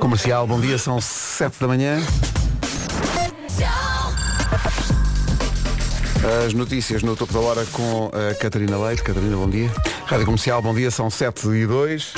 Comercial, bom dia, são 7 da manhã. As notícias no topo da hora com a Catarina Leite. Catarina, bom dia. Rádio Comercial, bom dia, são 7 e 2.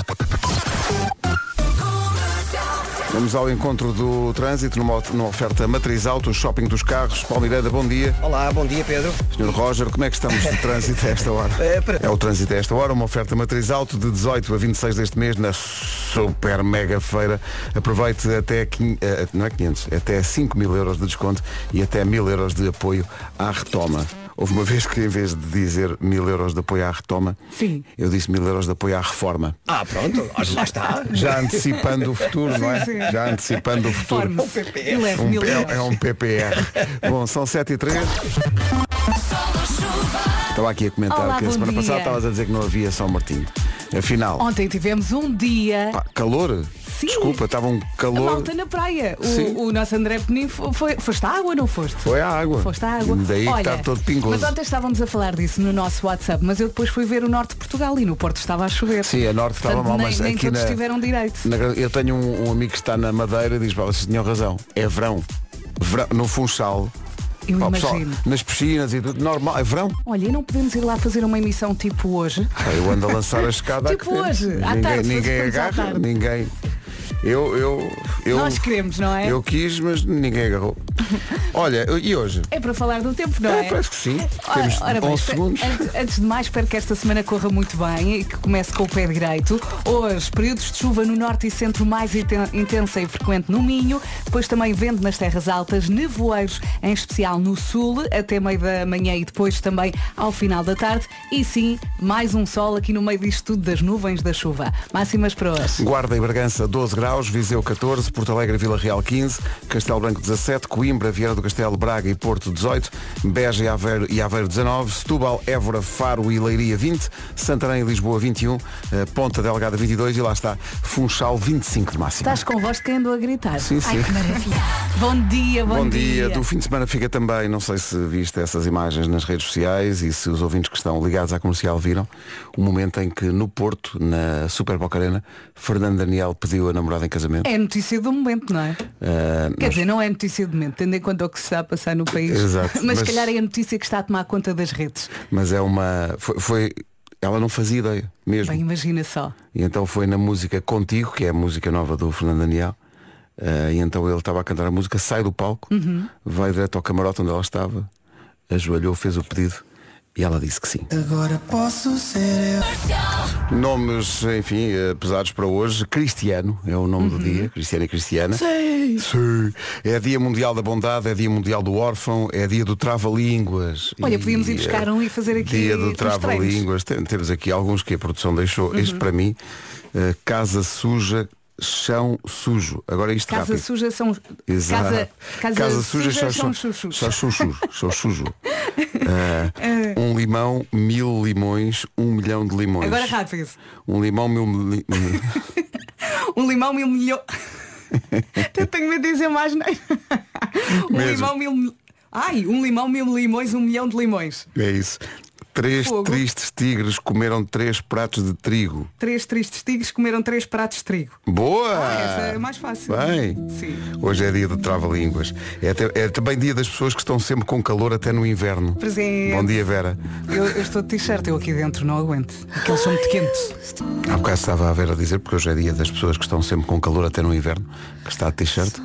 Vamos ao encontro do trânsito numa, of- numa oferta matriz auto, shopping dos carros. Paulo Miranda, bom dia. Olá, bom dia Pedro. Senhor Roger, como é que estamos de trânsito a esta hora? É, para- É o trânsito a esta hora, uma oferta matriz alto de 18 a 26 deste mês na super mega feira. Aproveite até, quin- eh, não é 500, até 5 mil euros de desconto e até mil euros de apoio à retoma. Houve uma vez que em vez de dizer mil euros de apoio à retoma, Sim. eu disse mil euros de apoio à reforma. Ah, pronto, olha, lá está. Já antecipando o futuro, não é? Sim, sim. Já antecipando o futuro. Forme-se. E leve Um- mil é, euros. é um PPR. Bom, são 7 e 3. Estava aqui a comentar Olá, que a bom semana dia. passada estavas a dizer que não havia São Martinho. Afinal, Ontem tivemos um dia. pá, calor. Sim. Desculpa, estava um A calor. malta na praia. Sim. O, o nosso André Penin fo- foi, foste à água ou não foste? Foi à água. Foste à água. E Daí que Olha, está todo pingoso. Mas ontem estávamos a falar disso no nosso WhatsApp, mas eu depois fui ver o norte de Portugal e no Porto estava a chover. Sim, a norte estava Portanto, mal, nem, mas nem aqui todos na- tiveram direito. Na gra- eu tenho um, um amigo que está na Madeira e diz, "Pá, vocês tinham razão, é verão. verão no Funchal. Eu Pá, pessoal, imagino. nas piscinas e tudo, normal, é verão. Olha, e não podemos ir lá fazer uma emissão tipo hoje? Pá, Eu ando a lançar a escada há Tipo que ver. hoje, à ninguém, tarde, ninguém fazemos à agarra, tarde. ninguém. Eu, eu, eu. Nós queremos, não é? Eu quis, mas ninguém agarrou. Olha, e hoje? É para falar do tempo, não é? É, parece que sim. Ora- Temos ora bem, 11 espe- segundos. Antes, antes de mais, espero que esta semana corra muito bem e que comece com o pé direito. Hoje, períodos de chuva no norte e centro mais inten- intensa e frequente no Minho. Depois também vento nas terras altas, nevoeiros, em especial no sul, até meio da manhã e depois também ao final da tarde. E sim, mais um sol aqui no meio disto tudo das nuvens da chuva. Máximas para hoje. Guarda e Bragança 12 graus, Viseu 14, Porto Alegre e Vila Real 15, Castelo Branco 17, Coimbra, Vieira do Castelo, Braga e Porto 18, Beja e Aveiro, e Aveiro 19, Setúbal, Évora, Faro e Leiria 20, Santarém e Lisboa 21, eh, Ponta Delgada 22 e lá está Funchal 25 de máximo. Estás com voz de quem andou a gritar. Sim, sim. Ai, que maravilha. Bom dia, bom, Bom dia. Do fim de semana fica também, não sei se viste essas imagens nas redes sociais e se os ouvintes que estão ligados à comercial viram, o momento em que no Porto, na Super Boca Arena, Fernando Daniel pediu a namorada em casamento. É a notícia do momento, não é? Ah, Quer dizer, não é notícia de momento, tendo em conta o que se está a passar no país. Exato, mas mas- se calhar é a notícia que está a tomar conta das redes. mas é uma. Foi, foi- ela não fazia ideia mesmo. Bem, imagina só. E então foi na música Contigo, que é a música nova do Fernando Daniel. ah, e então ele estava a cantar a música, sai do palco, Uhum. vai direto ao camarote onde ela estava, ajoelhou, fez o pedido e ela disse que sim. Agora posso ser eu. Nomes, enfim, eh, pesados para hoje. Cristiano é o nome Uhum. do dia, Cristiano e Cristiana. Sim. É dia mundial da bondade, é dia mundial do órfão, é dia do trava-línguas. Olha, E, podíamos ir buscar eh, um e fazer aqui Dia do nos trava-línguas. Tem- Temos aqui alguns que a produção deixou. Uhum. Este para mim, eh, casa suja, chão sujo. Agora isto Casa rápido. suja são. Exato. Casa, casa, suja, são chuchu. chuchus. Só chuchu. Só chuchu. Eh, um limão, mil limões, um milhão de limões. Agora rápido. Um limão, mil. mili- Um limão mil milhões. Eu tenho medo de dizer mais, não é? Um Mesmo. limão mil. Ai, um limão mil limões, um milhão de limões. É isso. Três Fogo. tristes tigres comeram três pratos de trigo. Três tristes tigres comeram três pratos de trigo. Boa! Ah, essa é mais fácil. Bem. Sim. Hoje é dia do trava-línguas. É, até- é também dia das pessoas que estão sempre com calor até no inverno. Presente. Bom dia, Vera. Eu, eu estou de t-shirt, eu aqui dentro não aguento. Aqueles são muito quentes. Há bocado estava a Vera a dizer, porque hoje é dia das pessoas que estão sempre com calor até no inverno, que está a t-shirt.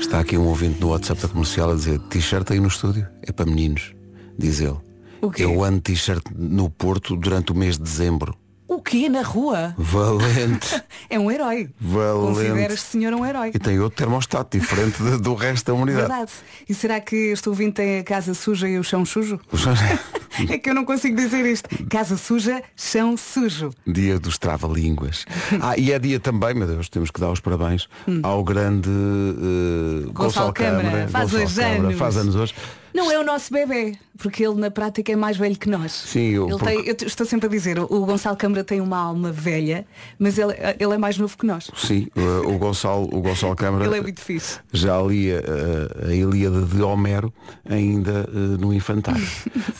Está aqui um ouvinte do WhatsApp da comercial a dizer, t-shirt aí no estúdio é para meninos, diz ele. O quê? Eu ando t-shirt no Porto durante o mês de dezembro. O quê? Na rua? Valente! É um herói. Valente. Consideras senhor um herói. e tem outro termostato diferente de- do resto da unidade. Verdade. E será que este ouvinte tem a casa suja e o chão sujo? É que eu não consigo dizer isto. Casa suja, chão sujo. Dia dos trava-línguas. Ah, e é dia também, meu Deus, temos que dar os parabéns ao grande eh, Gonçalo, Hum. Câmara. Faz Gonçalo hoje Câmara. anos. Faz anos hoje. Não é o nosso bebê, porque ele na prática é mais velho que nós. Sim, eu- eu, ele tem, eu t- estou sempre a dizer, o Gonçalo Câmara tem uma alma velha, mas ele, ele é mais novo que nós. Sim, eh, o Gonçalo, o Gonçalo Câmara Ele é muito fixe. já lia eh, a Ilíada de Homero ainda eh, no infantário.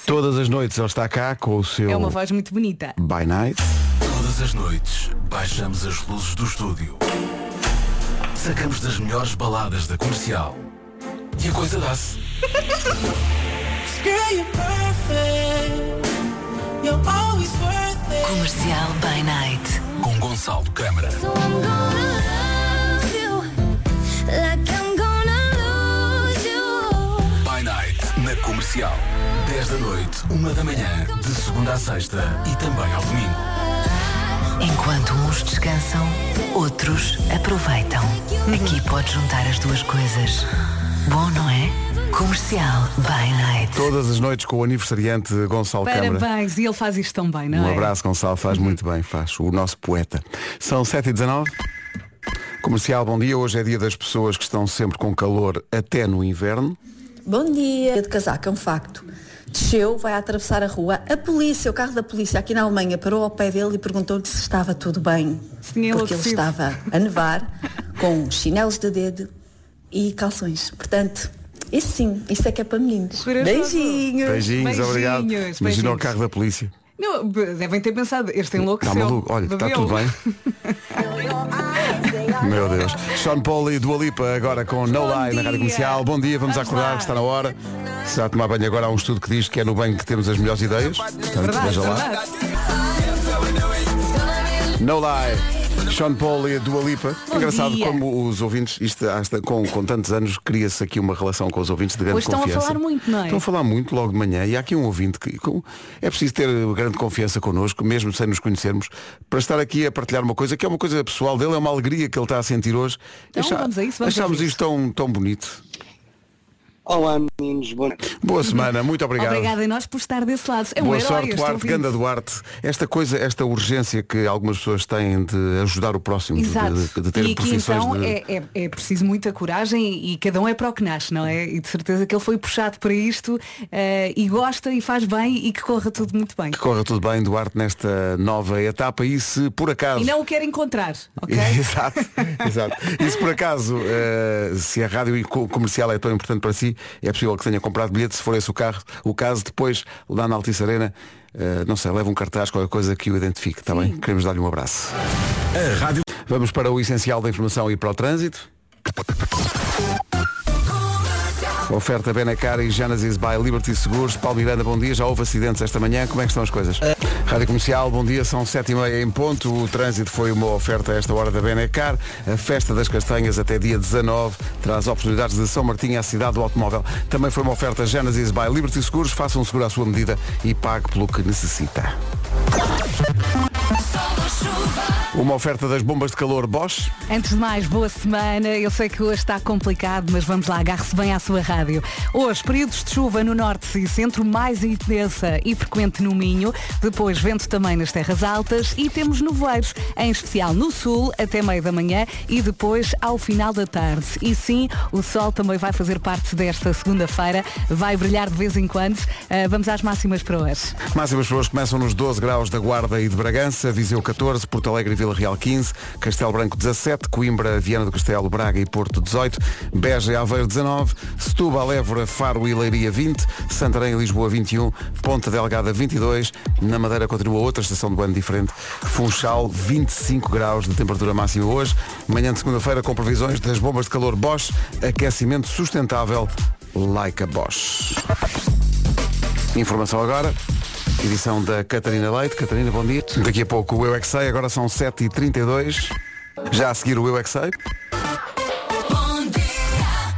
Todas as noites ele está cá com o seu É uma voz muito bonita. By Night. Todas as noites baixamos as luzes do estúdio Sacamos das melhores baladas da comercial. E a coisa dá-se. Girl, you're perfect. You're always worth it. Comercial by Night. Com Gonçalo Câmara. So I'm gonna love you like I'm gonna lose you. By Night. Na comercial. 10 da noite, 1 da manhã. De segunda à sexta e também ao domingo. Enquanto uns descansam, outros aproveitam. Aqui pode juntar as duas coisas. Bom, não é? Comercial by Night. Todas as noites com o aniversariante Gonçalo Câmara. Parabéns, e ele faz isto tão bem, não Um é? abraço, Gonçalo. Faz muito bem, faz. O nosso poeta. São 7h19. Comercial, bom dia. Hoje é dia das pessoas que estão sempre com calor até no inverno. Bom dia. De casaco é um facto. Desceu, vai atravessar a rua. A polícia, o carro da polícia aqui na Alemanha, parou ao pé dele e perguntou-lhe se estava tudo bem. Se tinha porque ele enlouquecido. estava a nevar, com chinelos de dedo e calções. Portanto, isso sim, isso é que é para meninos. Corajoso. Beijinhos. Beijinhos, Beijinhos, obrigado. beijinhos. Imagina o carro da polícia. Não, b- devem ter pensado, este é enlouqueceu. Está Tá maluco? Olha, está bebeu. tudo bem? Meu Deus. Sean Paul e Dua Lipa agora com No Bom Lie na dia. Rádio Comercial. Bom dia, vamos, Vamos acordar lá. que está na hora. Se está a tomar banho agora, há um estudo que diz que é no banho que temos as melhores ideias. Portanto, Verdade, veja lá. verdade. No Lie, Sean Paul e a Dua Lipa. Bom Engraçado dia. como os ouvintes, isto, hasta- com, com tantos anos, cria-se aqui uma relação com os ouvintes de grande Hoje estão a confiança. falar muito, não é? Estão a falar muito logo de manhã e há aqui um ouvinte que com- é preciso ter grande confiança connosco, mesmo sem nos conhecermos, para estar aqui a partilhar uma coisa que é uma coisa pessoal dele, é uma alegria que ele está a sentir hoje. Então, vamos a isso, vamos achámos a isso. isto tão, tão bonito. Olá meninos, bom Boa semana, muito obrigado. Obrigada a nós por estar desse lado. É um Boa herói sorte, este Duarte, ouvinte. Ganda Duarte. Esta coisa, esta urgência que algumas pessoas têm de ajudar o próximo, de, Exato. de- de ter e aqui profissões então de... é, é- é preciso muita coragem e cada um é para o que nasce, não é? E de certeza que ele foi puxado para isto eh, e gosta e faz bem e que corra tudo muito bem. Que corra tudo bem, Duarte, nesta nova etapa e se por acaso. E não o quer encontrar, ok? Exato, exato. E se por acaso, eh, se a rádio e co- comercial é tão importante para si, é possível que tenha comprado bilhete, se for esse o, carro, o caso, depois, lá na Altice Arena, eh, não sei, leva um cartaz, qualquer coisa que o identifique, está bem? Queremos dar-lhe um abraço. A rádio. Vamos para o essencial da informação e para o trânsito. Oferta Benacar e Genesis by Liberty Seguros. Paulo Miranda, bom dia. Já houve acidentes esta manhã. Como é que estão as coisas? Rádio Comercial, bom dia. São sete e meia em ponto. O trânsito foi uma oferta a esta hora da Benacar. A Festa das Castanhas até dia 19 traz oportunidades de São Martinho à cidade do automóvel. Também foi uma oferta Genesis by Liberty Seguros. Faça um seguro à sua medida e pague pelo que necessita. Uma oferta das bombas de calor Bosch. Antes de mais, boa semana. Eu sei que hoje está complicado, mas vamos lá, agarre-se bem à sua rádio. Hoje, períodos de chuva no norte e centro, mais intensa e frequente no Minho. Depois, vento também nas terras altas e temos nevoeiros, em especial no sul, até meio da manhã e depois ao final da tarde. E sim, o sol também vai fazer parte desta segunda-feira, vai brilhar de vez em quando. Ah, vamos às máximas para hoje. Máximas para hoje começam nos 12 graus da Guarda e de Bragança, Viseu 14, Porto Alegre e Vila Real 15, Castelo Branco 17, Coimbra, Viana do Castelo, Braga e Porto 18, Beja e Aveiro 19, Setúbal, Évora, Faro e Leiria 20, Santarém e Lisboa 21, Ponta Delgada 22, na Madeira continua outra estação do ano diferente, Funchal 25 graus de temperatura máxima hoje, manhã de segunda-feira com previsões das bombas de calor Bosch, aquecimento sustentável, like a Bosch. Informação agora. Edição da Catarina Leite. Catarina, bom dia. Daqui a pouco o Eu É Que Sei, agora são 7h32. Já a seguir o Eu É Que Sei.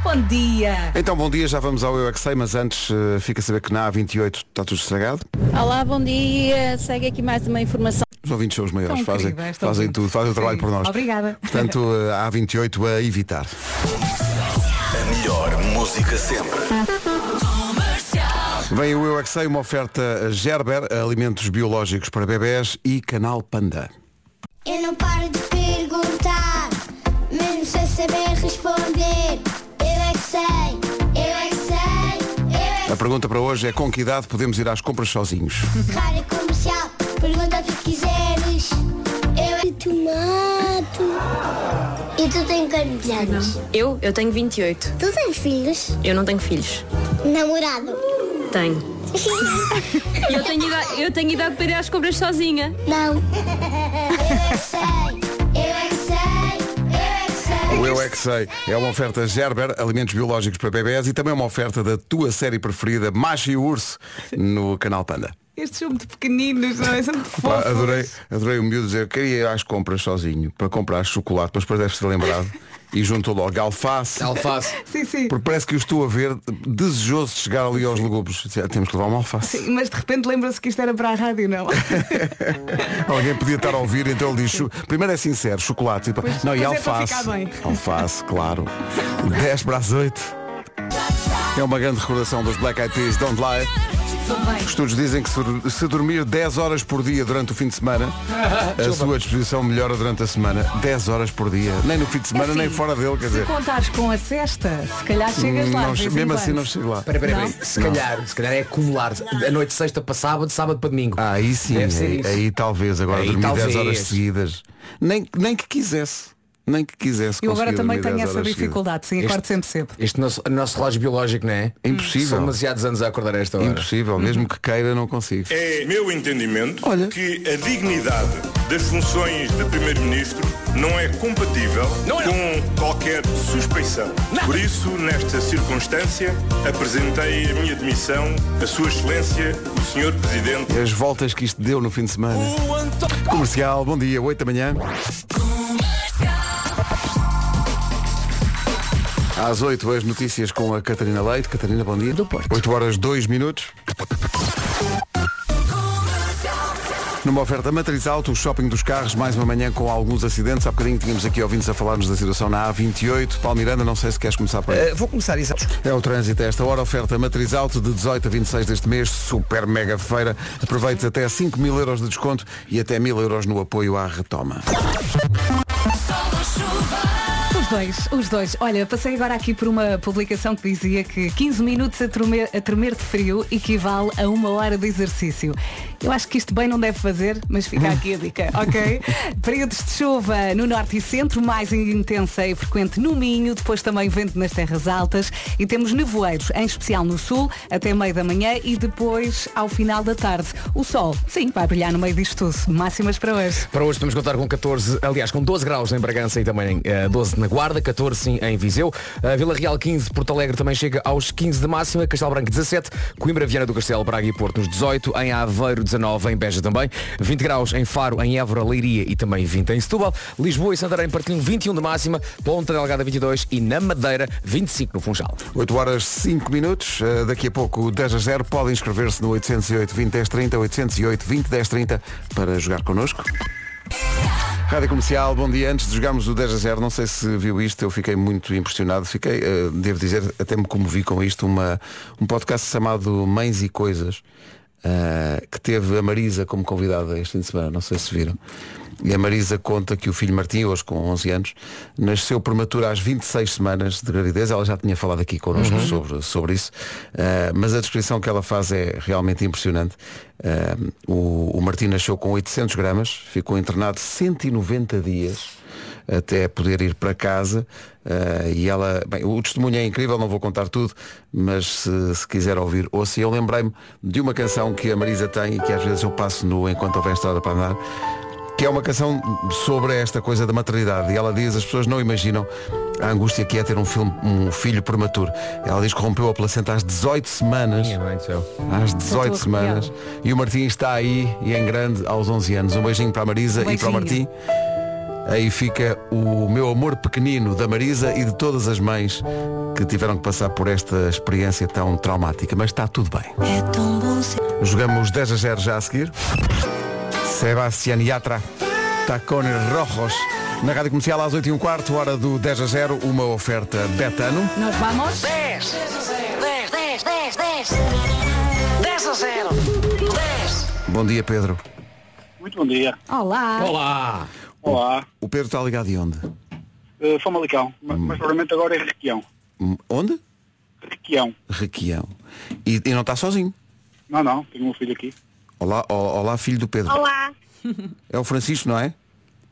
Bom dia! Então, bom dia, já vamos ao Eu É Que Sei, mas antes eh, fica a saber que na A28 está tudo estragado. Olá, bom dia. Segue aqui mais uma informação. Os ouvintes são os maiores, Tão fazem, incríveis, tão fazem bonitos. tudo, fazem o trabalho Sim. por nós. Obrigada. Portanto, eh, a A28 a evitar. A melhor música sempre. Vem o Eu É Que Sei, uma oferta Gerber, alimentos biológicos para bebés e Canal Panda. Eu não paro de perguntar, mesmo sem saber responder. Eu é que sei, eu é que sei, eu A é pergunta para hoje é com que idade podemos ir às compras sozinhos? que sei. Rádio comercial, pergunta o que quiseres. Eu é que te mato. E tu tens quantos anos? Eu? Eu tenho 28. Tu tens filhos? Eu não tenho filhos. Namorado? Tenho. Eu tenho idade, eu tenho idade para ir às compras sozinha. não. Eu é que sei, eu é que sei, eu é que sei. O Eu Eu é que sei. É uma oferta Gerber, alimentos biológicos para bebés e também é uma oferta da tua série preferida, Macho e Urso, no canal Panda. Estes são muito pequeninos, não é? São muito Pá, fofos. adorei, adorei o miúdo dizer queria ir às compras sozinho para comprar chocolate, mas depois deve ser lembrado. E juntou logo alface. Alface. Sim, sim. Porque parece que eu estou a ver desejoso de chegar ali aos legumes. Disse, "Ah, Temos que levar uma alface. Sim, mas de repente lembra-se que isto era para a rádio, não? Alguém podia estar a ouvir, então ele diz, "Cho- primeiro é sincero, chocolate. E pá, Pois- não, e pois é para alface. ficar bem. Alface, claro. 10 para as 8. É uma grande recordação dos Black Eyed Peas, Don't Lie. Estudos dizem que se, se dormir 10 horas por dia durante o fim de semana, a sua disposição melhora durante a semana. 10 horas por dia. Nem no fim de semana, Assim, nem fora dele, quer Se dizer. contares com a cesta, se calhar chegas lá. não de vez che- em mesmo assim quando. não chego lá. Pera, pera, pera. Não? Se calhar, se calhar é acumular a noite de sexta para sábado, de sábado para domingo. Ah, aí sim, Deve ser aí, isso. aí talvez, agora Aí dormir 10 talvez. horas seguidas. Nem, nem que quisesse. Nem que quisesse. Eu agora conseguia também dormir tenho 10 essa horas seguidas. dificuldade, sim, Este- acordo sempre cedo. Este nosso, nosso relógio biológico, não é? É impossível. São demasiados anos a acordar a esta hora. Impossível, mesmo que queira não consigo. É meu entendimento Olha. que a dignidade das funções de Primeiro-Ministro não é compatível com qualquer suspeição. Por isso, nesta circunstância, apresentei a minha demissão a Sua Excelência, o Sr. Presidente. As voltas que isto deu no fim de semana. Comercial, bom dia, 8 da manhã. Às 8 as notícias com a Catarina Leite. Catarina, bom dia. Do Porto. 8 horas 2 minutos. Numa oferta matriz alto, o shopping dos carros, mais uma manhã com alguns acidentes. Há bocadinho tínhamos aqui ouvintes a falar-nos da situação na A28. Palmiranda, não sei se queres começar Eh, por aí. Vou começar, exato. É o trânsito a esta hora, oferta matriz alto de 18 a 26 deste mês, super mega feira. Aproveite até 5 mil euros de desconto e até mil euros no apoio à retoma. Os dois, os dois. Olha, passei agora aqui por uma publicação que dizia que 15 minutos a tremer, a tremer de frio equivale a uma hora de exercício. Eu acho que isto bem não deve fazer, mas fica aqui a dica, ok? Períodos de chuva no norte e centro, mais intensa e frequente no Minho, depois também vento nas terras altas e temos nevoeiros, em especial no sul, até meio da manhã e depois ao final da tarde. O sol, sim, vai brilhar no meio disto tudo. Máximas para hoje. Para hoje podemos contar com 14, aliás, com 12 graus em Bragança e também eh, 12 na Guarda, 14 sim em Viseu. A Vila Real 15, Porto Alegre também chega aos 15 de máxima, Castelo Branco 17, Coimbra, Viana do Castelo, Braga e Porto nos 18, em Aveiro 19, em Beja também, 20 graus em Faro, em Évora, Leiria e também 20 em Setúbal, Lisboa e Santarém partilham 21 de máxima, Ponta Delgada 22 e na Madeira 25 no Funchal. 8 horas 5 minutos, eh, daqui a pouco o 10 a 0. Podem inscrever-se no 808 20 10 30, 808 20 10 30 para jogar connosco. Rádio Comercial, bom dia. Antes de jogarmos o 10 a 0, não sei se viu isto, eu fiquei muito impressionado. Fiquei, eh, devo dizer, até me comovi com isto, uma, um podcast chamado Mães e Coisas, eh, que teve a Marisa como convidada este fim de semana, não sei se viram. E a Marisa conta que o filho Martim, hoje com 11 anos, nasceu prematuro às 26 semanas de gravidez. Ela já tinha falado aqui connosco Uhum. sobre, sobre isso. Eh, mas a descrição que ela faz é realmente impressionante. Eh, o, o Martim nasceu com 800 gramas, ficou internado 190 dias até poder ir para casa. Eh, e ela, bem, o testemunho é incrível, não vou contar tudo, mas se, se quiser ouvir, ou se eu lembrei-me de uma canção que a Marisa tem e que às vezes eu passo no Enquanto Houver Estrada para Andar, que é uma canção sobre esta coisa da maternidade. E ela diz, as pessoas não imaginam a angústia que é ter um, filme- um filho prematuro. Ela diz que rompeu a placenta às 18 semanas. Às 18 Estou arrepiada. semanas. E o Martim está aí e em grande aos 11 anos. Um beijinho para a Marisa Um e para o Martim. beijinho. Aí fica o meu amor pequenino da Marisa e de todas as mães que tiveram que passar por esta experiência tão traumática. Mas está tudo bem. É Jogamos 10 a 0 já a seguir. Sebastián Yatra, Tacones Rojos. Na Rádio Comercial às 8 e um quarto, hora do 10 a 0, uma oferta Betano. Nós vamos. 10 10 10 10 10 10 a 0 10 Bom dia, Pedro. Muito bom dia. Olá. Olá. Olá. O Pedro está ligado de onde? Uh, sou Malicão, mas, mas provavelmente agora é Requião. Hum, Onde? Requião. Requião. E, e não está sozinho. Não, não, tenho um filho aqui. Olá, ó- olá, filho do Pedro. Olá. É o Francisco, não é?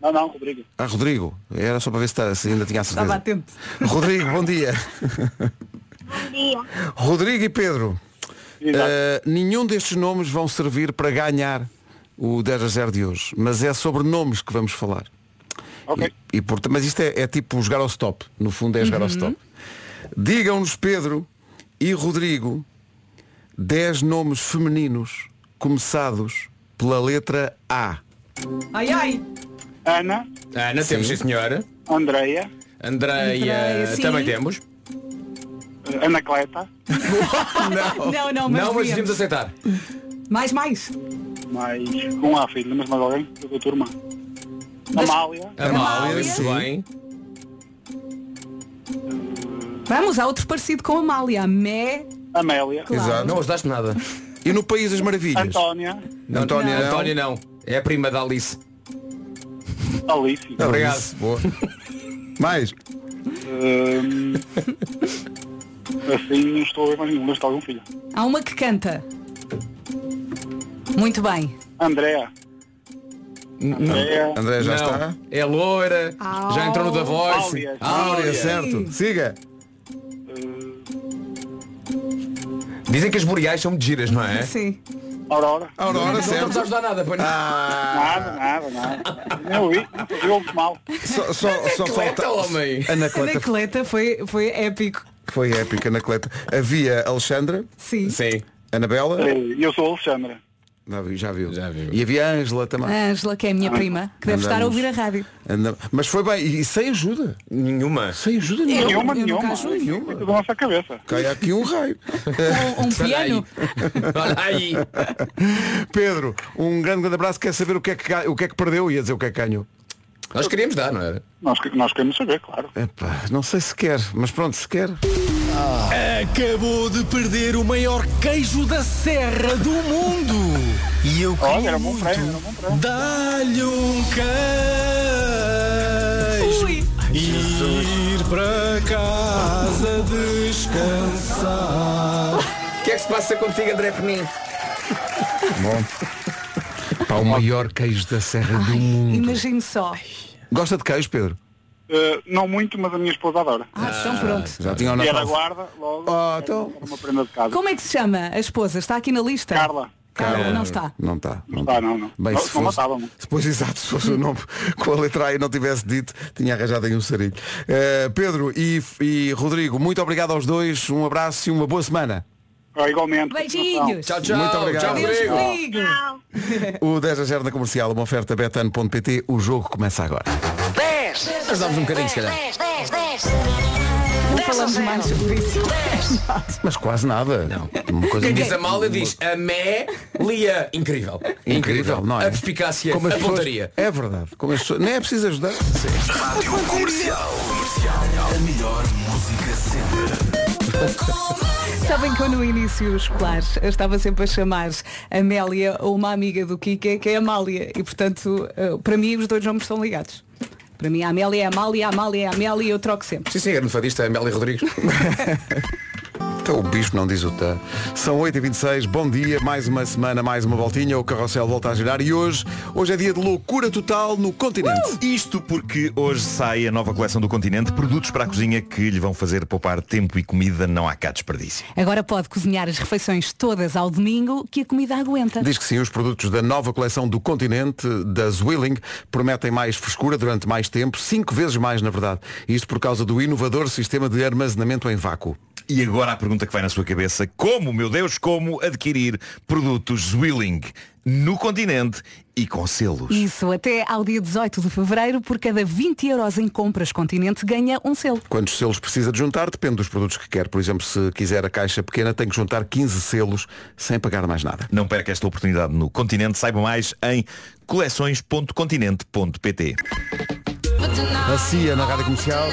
Não, não, Rodrigo. Ah, Rodrigo. Era só para ver se, tá- se ainda tinha a certeza. é. Estava atento. Rodrigo, bom dia. Bom dia. Rodrigo e Pedro. eh, nenhum destes nomes vão servir para ganhar o 10 a 0 de hoje, mas é sobre nomes que vamos falar. Ok. E, e porta- mas isto é, é tipo jogar ao stop. No fundo é jogar ao Uhum. stop. Digam-nos, Pedro e Rodrigo, 10 nomes femininos começados pela letra A. Ai, ai. Ana, Ana, temos sim, senhora. Andreia, Andreia, Andreia, sim. também temos. eh, Anacleta. não, não, mas, Ah, oh. não, mas devíamos devíamos. aceitar. Mais, mais. Mais um A, filho, mas mais alguém da tua turma. Amália. Amália, muito bem. Vamos, há outro parecido com a Amália. Mé. Amélia. Claro. Não ajudaste nada. E no País das Maravilhas? Antónia. Não, Antónia Antónia, não. não. É a prima da Alice. Alice. Obrigado. Alice, boa. Mais? Hum, assim não estou a ver mais nenhum, mas está algum filho. Há uma que canta. Muito bem. Andréa. Andréa. André já Não. está? É loura, Au. já entrou no da voz. Áurea. Áurea, É certo. Siga. Uh. Dizem que as boreais são de giras, não é? Sim. Aurora. Aurora, Não certo. estamos a ajudar nada, pois não. Ah, Ah. Nada, nada, nada. Não ouvi, eu ouvi mal. Só, só, só Anacleta, falta. homem. A Anacleta. Anacleta foi, foi épico. Foi épica, Anacleta. Havia Alexandra. Sim. Sim. Anabela. E eu sou a Alexandra. Não, vi- já viu. Já viu. E havia a Ângela também. A Ângela, que é a minha prima, que deve estar a Andamos. ouvir a rádio. Anda- Mas foi bem, e e sem ajuda? Nenhuma. Sem ajuda nenhuma. Nenhuma, eu nunca nenhuma. ajudo. Nenhuma. Da nossa cabeça. Cai aqui um raio. Um, um piano. Olha aí. Pedro, um grande, grande abraço. Quer saber o que, é que, ga- o que é que perdeu? Ia dizer o que é que ganhou. Nós queríamos dar, não era? Nós, que- nós queremos saber, claro. Epá, não sei se quer, mas pronto, se quer. Acabou de perder o maior queijo da serra do mundo. E eu quero era um bom muito prémio, era um dar-lhe um queijo. E ir para casa descansar. O que é que se passa contigo, André Penin? Bom. Pá, o maior queijo da Serra do Mundo. Imagino só. Gosta de queijo, Pedro? Eh, não muito, mas a minha esposa adora. Ah, então pronto. Já tinha o E era Natal. guarda, logo. Ah, então. Era uma prenda de casa. Como é que se chama a esposa? Está aqui na lista? Carla. Carla, não está. Não está. Não tá. está, não, tá, não. Bem, Não- se não fosse, matava-me. se fosse exato, se fosse o nome com a letra A e não tivesse dito, tinha arranjado aí um sarilho. Eh, Pedro e, e Rodrigo, muito obrigado aos dois, um abraço e uma boa semana. Ah, igualmente. Beijinhos. Tchau, tchau. Muito obrigado. Tchau, Rodrigo. O 10 a 0 na comercial, uma oferta betano.pt, o jogo começa agora. 10. Ajudámos um bocadinho, se calhar. 10, 10, 10. Não falamos mais sobre isso. Mas quase nada. Não. Uma coisa Quem diz a mal diz a mé lia incrível. Incrível, não é? A perspicácia, Como as a pessoas- pontaria. É verdade. Como as pessoas... Nem é preciso ajudar. Rádio Comercial. Comercial. A melhor música sempre. Sabem que eu no início escolar eu estava sempre a chamar Amélia ou uma amiga do Kika, que é Amália. E portanto, eh, para mim os dois nomes estão ligados. Para mim a Amélia é Amália, a Amália é Amélia e eu troco sempre. Sim, sim, grande é fadista, Amélia Rodrigues. Então o bispo não diz o tá. São 8h26, bom dia, mais uma semana, mais uma voltinha, o carrossel volta a girar e hoje, hoje é dia de loucura total no continente. Uh! Isto porque hoje sai a nova coleção do Continente, produtos para a cozinha que lhe vão fazer poupar tempo e comida, não há cá desperdício. Agora pode cozinhar as refeições todas ao domingo que a comida aguenta. Diz que sim, os produtos da nova coleção do Continente, da Zwilling, prometem mais frescura durante mais tempo, cinco vezes mais na verdade. Isto por causa do inovador sistema de armazenamento em vácuo. E agora a pergunta que vai na sua cabeça, como, meu Deus, como adquirir produtos Zwilling no Continente e com selos? Isso, até ao dia 18 de fevereiro, por cada 20 euros em compras continente, ganha um selo. Quantos selos precisa de juntar depende dos produtos que quer. Por exemplo, se quiser a caixa pequena, tem que juntar 15 selos sem pagar mais nada. Não perca esta oportunidade no Continente, saiba mais em coleções.continente.pt A CIA Assim, é na Rádio Comercial.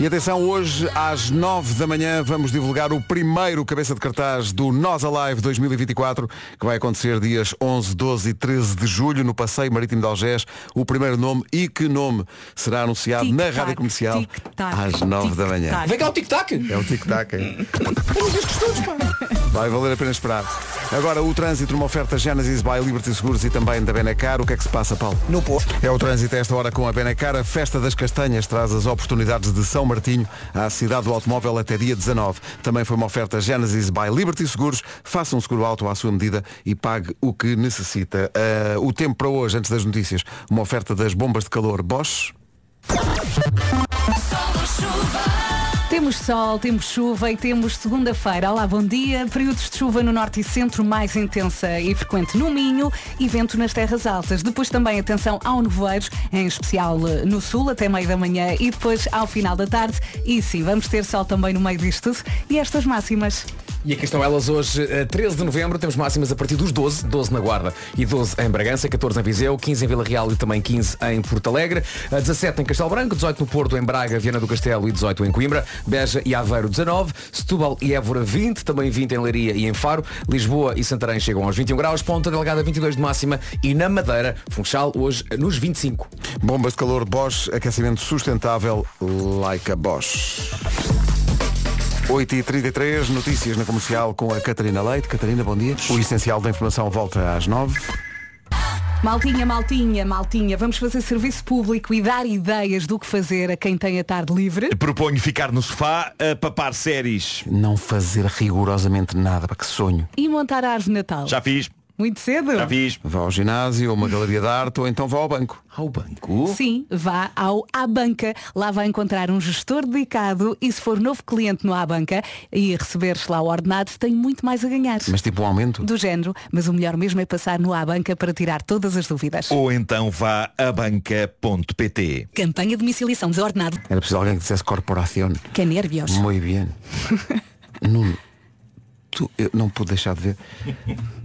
E atenção, hoje às 9 da manhã vamos divulgar o primeiro cabeça de cartaz do Nós Alive 2024, que vai acontecer dias 11, 12 e 13 de julho no Passeio Marítimo de Algés. O primeiro nome e que nome será anunciado na Rádio Comercial às 9 da manhã. Vem cá o tic-tac. É o tic-tac. hein? Vai valer a pena esperar. Agora o trânsito numa oferta Genesis by Liberty Seguros e também da Benacar. O que é que se passa, Paulo? No posto. É o trânsito a esta hora com a Benacar. A Festa das Castanhas traz as oportunidades de São Martinho à cidade do automóvel até dia 19. Também foi uma oferta Genesis by Liberty Seguros. Faça um seguro alto à sua medida e pague o que necessita. Ah, o tempo para hoje, antes das notícias, uma oferta das bombas de calor Bosch. Temos sol, temos chuva e temos segunda-feira. Olá, bom dia. Períodos de chuva no norte e centro, mais intensa e frequente no Minho e vento nas terras altas. Depois também atenção ao nevoeiros, em especial eh, no sul, até meio da manhã e depois ao final da tarde. E sim, vamos ter sol também no meio disto tudo. E estas máximas? E aqui estão elas hoje, eh, 13 de novembro, temos máximas a partir dos 12, 12 na Guarda e 12 em Bragança, 14 em Viseu, 15 em Vila Real e também 15 em Porto Alegre, eh, 17 em Castelo Branco, 18 no Porto, em Braga, Viana do Castelo e 18 em Coimbra, Beja e Aveiro 19, Setúbal e Évora 20, também 20 em Leiria e em Faro, Lisboa e Santarém chegam aos 21 graus, Ponta Delgada 22 de máxima e na Madeira, Funchal, hoje nos 25. Bombas de calor Bosch, aquecimento sustentável, like a Bosch. 8h33, notícias na comercial com a Catarina Leite. Catarina, bom dia. O essencial da informação volta às 9. Maltinha, maltinha, maltinha, vamos fazer serviço público e dar ideias do que fazer a quem tem a tarde livre. Proponho ficar no sofá a papar séries. Não fazer rigorosamente nada, para que sonho. E montar a árvore de Natal. Já fiz. Muito cedo? Já fiz. Vá ao ginásio, ou uma galeria de arte, ou então vá ao banco. Ao banco? Sim, vá ao A Banca. Lá vai encontrar um gestor dedicado e se for novo cliente no A Banca e receberes lá o ordenado, tem muito mais a ganhar. Mas tipo um aumento? Do género, mas o melhor mesmo é passar no A Banca para tirar todas as dúvidas. Ou então vá a banca.pt. Campanha de domiciliação de ordenado. Era preciso alguém que dissesse corporación. Que nervios. Muito bem. Nuno, tu, eu não pude deixar de ver.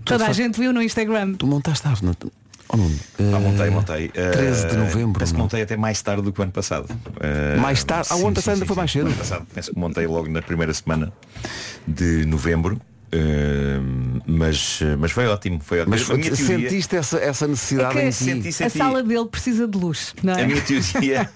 Toda a faz- gente viu no Instagram. Tu montaste a árvore. não- Oh, Nuno, Ah, eh, montei, montei. Eh, 13 de novembro, Penso que não? montei até mais tarde do que o ano passado. Eh, Mais tarde? Ah, o ano passado ainda foi mais cedo. O ano passado, penso que montei logo na primeira semana de novembro. Eh, mas, mas foi ótimo, foi ótimo. Mas a minha teoria- É sentiste essa, essa necessidade Que em ti? senti, a senti. sala dele precisa de luz, não é? A minha teoria,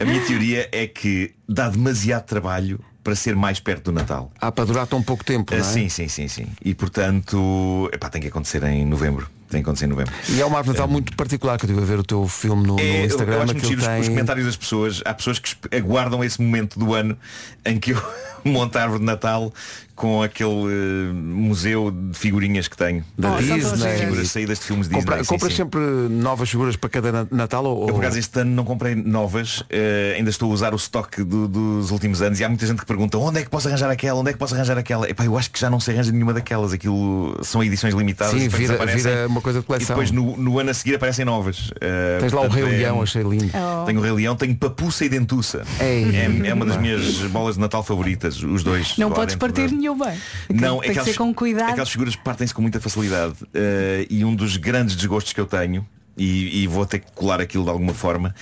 a minha teoria é que dá demasiado trabalho para ser mais perto do Natal. Ah, para durar tão pouco tempo, não é? Ah, Sim, sim, sim, sim. E portanto, epá, tem que acontecer em novembro. Tem que acontecer em novembro. E é uma árvore de Natal muito particular que eu estive a ver o teu filme no, no É, eu- Instagram. eu acho muito aquilo giro os- tem... os comentários das pessoas. Há pessoas que esp- aguardam esse momento do ano em que eu monto a árvore de Natal com aquele eh, museu de figurinhas que tenho. Da Eh, Disney. Figuras saídas de filmes Disney. Compra, sim, compras sim. sempre Oh. novas figuras para cada na- Natal ou. Eu por acaso este ano não comprei novas, eh, ainda estou a usar o estoque do- dos últimos anos e há muita gente que pergunta onde é que posso arranjar aquela, onde é que posso arranjar aquela. Epá, eu acho que já não se arranja nenhuma daquelas, aquilo são edições limitadas. Sim, e depois vira- desaparecem. vira uma coisa de coleção. E depois no, no ano a seguir aparecem novas. Eh, Tens lá o portanto, Rei é- Leão, achei lindo. Oh. Tenho o Rei Leão, tenho Papuça e Dentuça. Ei. É, é uma das minhas bolas de Natal favoritas, os dois. Não lá podes dentro partir da- nenhuma. é Não, tem é que aquelas- ser com cuidado. Aquelas figuras partem-se com muita facilidade eh, e um dos grandes desgostos que eu tenho, e, e vou ter que colar aquilo de alguma forma,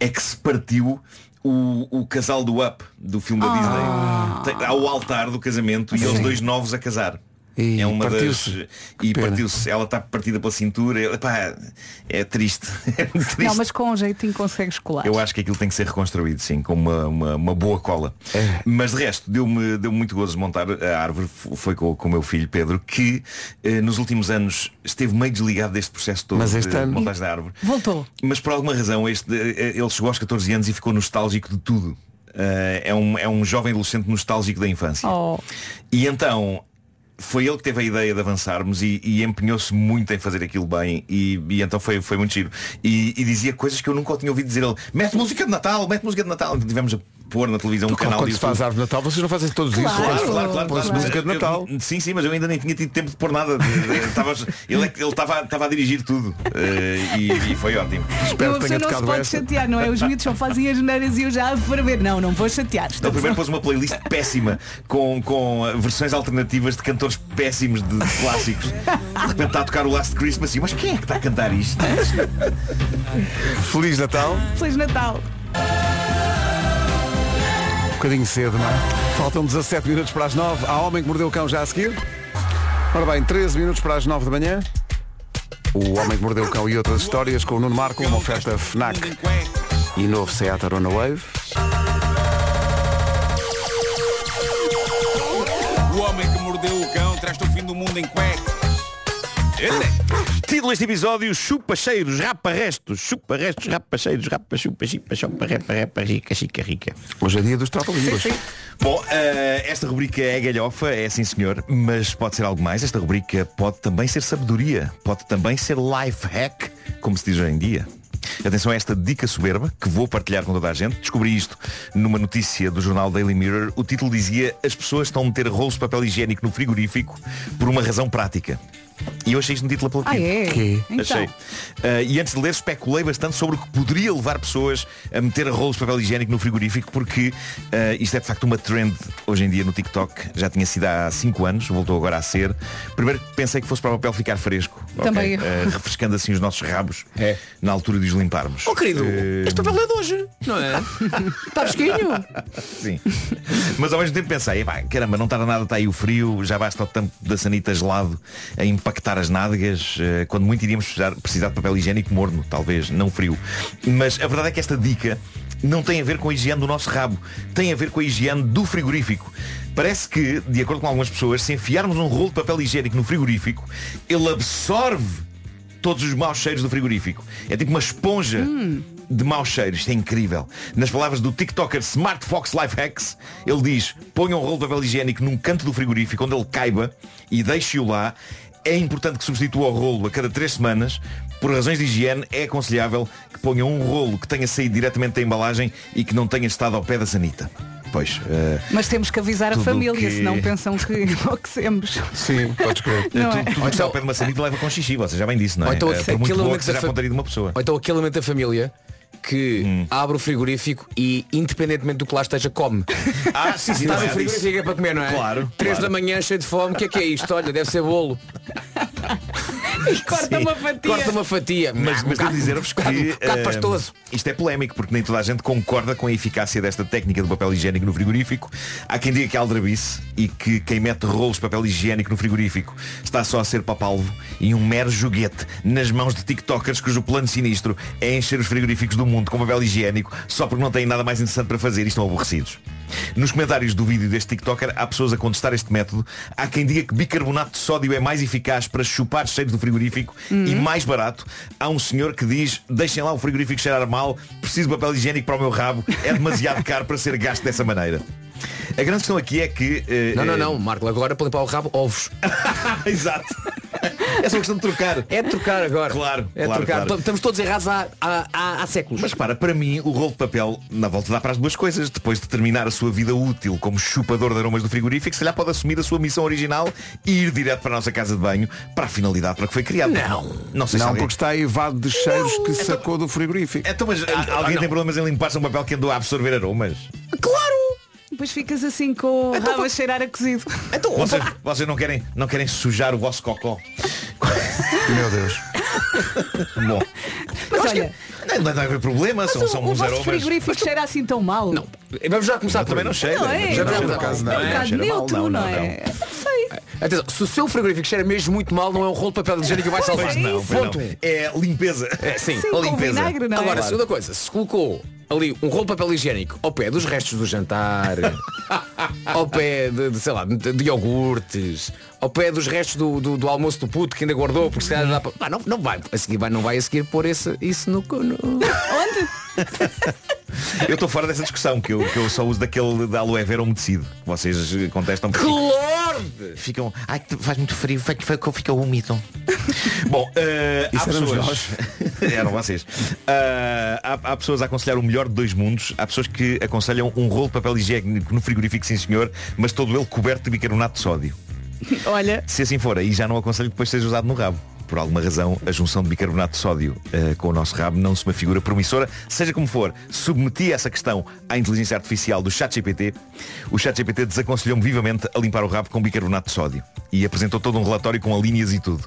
é que se partiu o, o casal do Up, do filme da Ah. Disney. Tem- Há o altar do casamento e eles dois novos a casar. E é uma partiu-se. das. E partiu-se. Ela está partida pela cintura. Epá, é triste. É muito triste. Não, mas com um jeitinho consegues colar. Eu é- acho que aquilo tem que ser reconstruído, sim, com uma, uma, uma boa cola. É. Mas de resto, deu-me deu muito gozo montar a árvore. F- Foi com, com o meu filho Pedro, que eh, nos últimos anos esteve meio desligado deste processo todo Mas este de ano- montagem da árvore. Voltou. Mas por alguma razão este, eh, ele chegou aos 14 anos e ficou nostálgico de tudo. Eh, é, um, é um jovem adolescente nostálgico da infância. Oh. E então foi ele que teve a ideia de avançarmos e, e empenhou-se muito em fazer aquilo bem e, e então foi, foi muito giro. E, e dizia coisas que eu nunca o tinha ouvido dizer ele, mete música de Natal, mete música de Natal. Então tivemos a pôr na televisão um Porque canal quando de se faz YouTube. árvore de Natal, vocês não fazem todos isso. Claro, Põe-se- claro, claro, põe-se claro. música de Eu- Natal. eu- sim, sim, mas eu ainda nem tinha tido tempo de pôr nada. De- de- tava- ele é que- ele estava a dirigir tudo. Eh, e, e foi ótimo. Então a pessoa não se pode chatear, não é? Os miúdos só fazem as neiras e eu já a ferver. Não, não vou chatear. Então primeiro pôs uma playlist péssima com, com eh, versões alternativas de cantores péssimos de de clássicos. De repente está a tocar o Last Christmas e eu, mas quem é que está a cantar isto? Feliz Natal. Feliz Natal. Um bocadinho cedo, não é? Faltam 17 minutos para as 9. Há homem que mordeu o cão já a seguir. Ora bem, 13 minutos para as 9 da manhã. O Homem que Mordeu o Cão e outras histórias com o Nuno Marco, uma oferta FNAC e novo Seat Arona Wave. O homem que mordeu o cão traz-te o fim do mundo em cueca. Título deste episódio Chupa cheiros, rapa restos Chupa restos, rapa cheiros, rapa chupa Chipa, chupa, rapa, rapa, rica, chica, rica Hoje é dia dos trapalhinhos Bom, eh, esta rubrica é galhofa, é sim senhor Mas pode ser algo mais Esta rubrica pode também ser sabedoria Pode também ser life hack Como se diz hoje em dia Atenção a esta dica soberba que vou partilhar com toda a gente. Descobri isto numa notícia do jornal Daily Mirror. O título dizia As pessoas estão a meter rolos de papel higiênico no frigorífico por uma razão prática. E eu achei isto um título apelativo. Ah, é? Que? Então. Achei. Ah, e antes de ler, especulei bastante sobre o que poderia levar pessoas a meter rolos de papel higiênico no frigorífico, porque ah, isto é de facto uma trend hoje em dia no TikTok. Já tinha sido há 5 anos, voltou agora a ser. Primeiro pensei que fosse para o papel ficar fresco. ok? Também eu. Ah, refrescando assim os nossos rabos na altura de os limparmos. Oh, querido, Eh, este papel é de hoje, não é? Está fresquinho? Sim. Mas ao mesmo tempo pensei, "Epá, caramba, não tarda nada, está aí o frio, já basta o tampo da sanita gelado a impactar as nádegas, eh, quando muito iríamos precisar, precisar de papel higiênico morno, talvez, não frio. Mas a verdade é que esta dica não tem a ver com a higiene do nosso rabo, tem a ver com a higiene do frigorífico. Parece que, de acordo com algumas pessoas, se enfiarmos um rolo de papel higiênico no frigorífico, ele absorve todos os maus cheiros do frigorífico. É tipo uma esponja de maus cheiros. Isto é incrível. Nas palavras do TikToker Smart Fox Life Hacks, ele diz, ponha um rolo de papel higiênico num canto do frigorífico onde ele caiba e deixe-o lá. É importante que substitua o rolo a cada três semanas. Por razões de higiene, é aconselhável que ponha um rolo que tenha saído diretamente da embalagem e que não tenha estado ao pé da sanita. Pois, eh, Mas temos que avisar a Tudo família, que- senão pensam que enlouquecemos. Sim, podes crer. Não tu, é? tu, então ao pé de uma sanita leva com xixi, você já bem disse, não é? Ou então Eh, Por muito aquele boa momento que da seja a fa- pontaria de uma pessoa. Ou então aquele elemento da família que abre o frigorífico e independentemente do que lá esteja, come. Ah, sim, sim, Está não no é? frigorífico é para comer, não é? Claro, 3 claro. da manhã, cheio de fome, o que é que é isto? Olha, deve ser bolo. E corta Sim. uma fatia. Corta uma fatia. Mas, Um mas devo bocado- dizer-vos que um bocado- um bocado eh, pastoso. isto é polémico, porque nem toda a gente concorda com a eficácia desta técnica do papel higiênico no frigorífico. Há quem diga que é aldrabice e que quem mete rolos de papel higiênico no frigorífico está só a ser papalvo e um mero joguete nas mãos de tiktokers cujo plano sinistro é encher os frigoríficos do mundo com papel higiênico só porque não têm nada mais interessante para fazer e estão aborrecidos. Nos comentários do vídeo deste TikToker há pessoas a contestar este método. Há quem diga que bicarbonato de sódio é mais eficaz para chupar cheiros do frigorífico e mais barato. Há um senhor que diz, deixem lá o frigorífico cheirar mal, preciso de papel higiênico para o meu rabo, é demasiado caro para ser gasto dessa maneira. A grande questão aqui é que. eh, Não, não, eh, não, Marco, agora para limpar o rabo, ovos. Exato. É só questão de trocar. É de trocar agora. Claro, É de claro, trocar. claro. T- Estamos todos errados há, há- há- há séculos. Mas para, para mim, o rolo de papel, na volta dá para as duas coisas. Depois de terminar a sua vida útil como chupador de aromas do frigorífico, se calhar pode assumir a sua missão original e ir direto para a nossa casa de banho, para a finalidade para que foi criado. Não. Não sei se Não, alguém... porque está aí vado de cheiros que sacou do frigorífico. Então, mas Ah, há- alguém tem problemas em limpar-se um papel que andou a absorver aromas? é? Depois ficas assim com o Então, rabo a cheirar a cozido. Vocês, vocês não, querem, não querem sujar o vosso cocó? Meu Deus. Bom, Mas olha, não, não deve haver problema, são, mas são o, o bons vosso aromas. frigorífico cheira assim tão mal. Não, Vamos já começar Também não cheira. Não é? Já Não, cheira não. quase É um nada. bocado Cheira mal, neutro, não, não, não, é? Não sei. Atenção, se o seu frigorífico cheira mesmo muito mal, não é um rolo de papel higiênico que vai salvar. Pois não, pois Ponto. não. um. É limpeza. É, sim, Sim, a com limpeza. vinagre, não é? Agora, Claro. segunda coisa, se colocou ali um rolo de papel higiênico ao pé dos restos do jantar, ao pé de, de, sei lá, de, de iogurtes, ao pé dos restos do, do, do almoço do puto que ainda guardou, porque se calhar dá para. Pá, não, não vai, a seguir vai, não vai a seguir pôr esse, isso no, co- no. Eu estou fora dessa discussão, que eu, que eu só uso daquele da aloe vera umedecido. que Vocês eh, contestam porque lorde! ficam. Ai, que faz muito frio, fica, fica, fica úmido. Bom, eh, há Isso éramos pessoas. Eram vocês. Eh, há, há pessoas a aconselhar o melhor de dois mundos. Há pessoas que aconselham um rolo de papel higiênico no frigorífico, sim senhor, mas todo ele coberto de bicarbonato de sódio. Olha, Se assim for, aí já não aconselho que depois seja usado no rabo. Por alguma razão, a junção de bicarbonato de sódio eh, com o nosso rabo não se uma figura promissora. Seja como for, submeti essa questão à inteligência artificial do ChatGPT. O ChatGPT desaconselhou-me vivamente a limpar o rabo com bicarbonato de sódio. E apresentou todo um relatório com alíneas e tudo.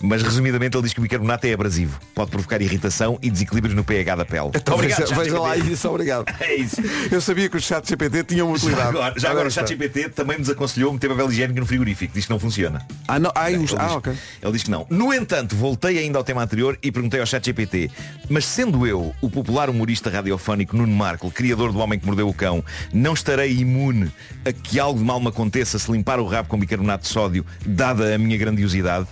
Mas resumidamente ele diz que o bicarbonato é abrasivo. Pode provocar irritação e desequilíbrios no pH da pele. Então veja, veja lá ChatGPT. isso, obrigado. É isso. Eu sabia que o chat GPT tinha uma Já utilidade. agora, já agora o ChatGPT também me desaconselhou meter papel higiênico no frigorífico. Diz que não funciona. Ah, não, ah, os- ah, diz- ok. Ele diz que não. No entanto, voltei ainda ao tema anterior e perguntei ao ChatGPT, mas sendo eu o popular humorista radiofónico Nuno Marco, criador do Homem que Mordeu o Cão, não estarei imune a que algo de mal me aconteça se limpar o rabo com bicarbonato de sódio, dada a minha grandiosidade?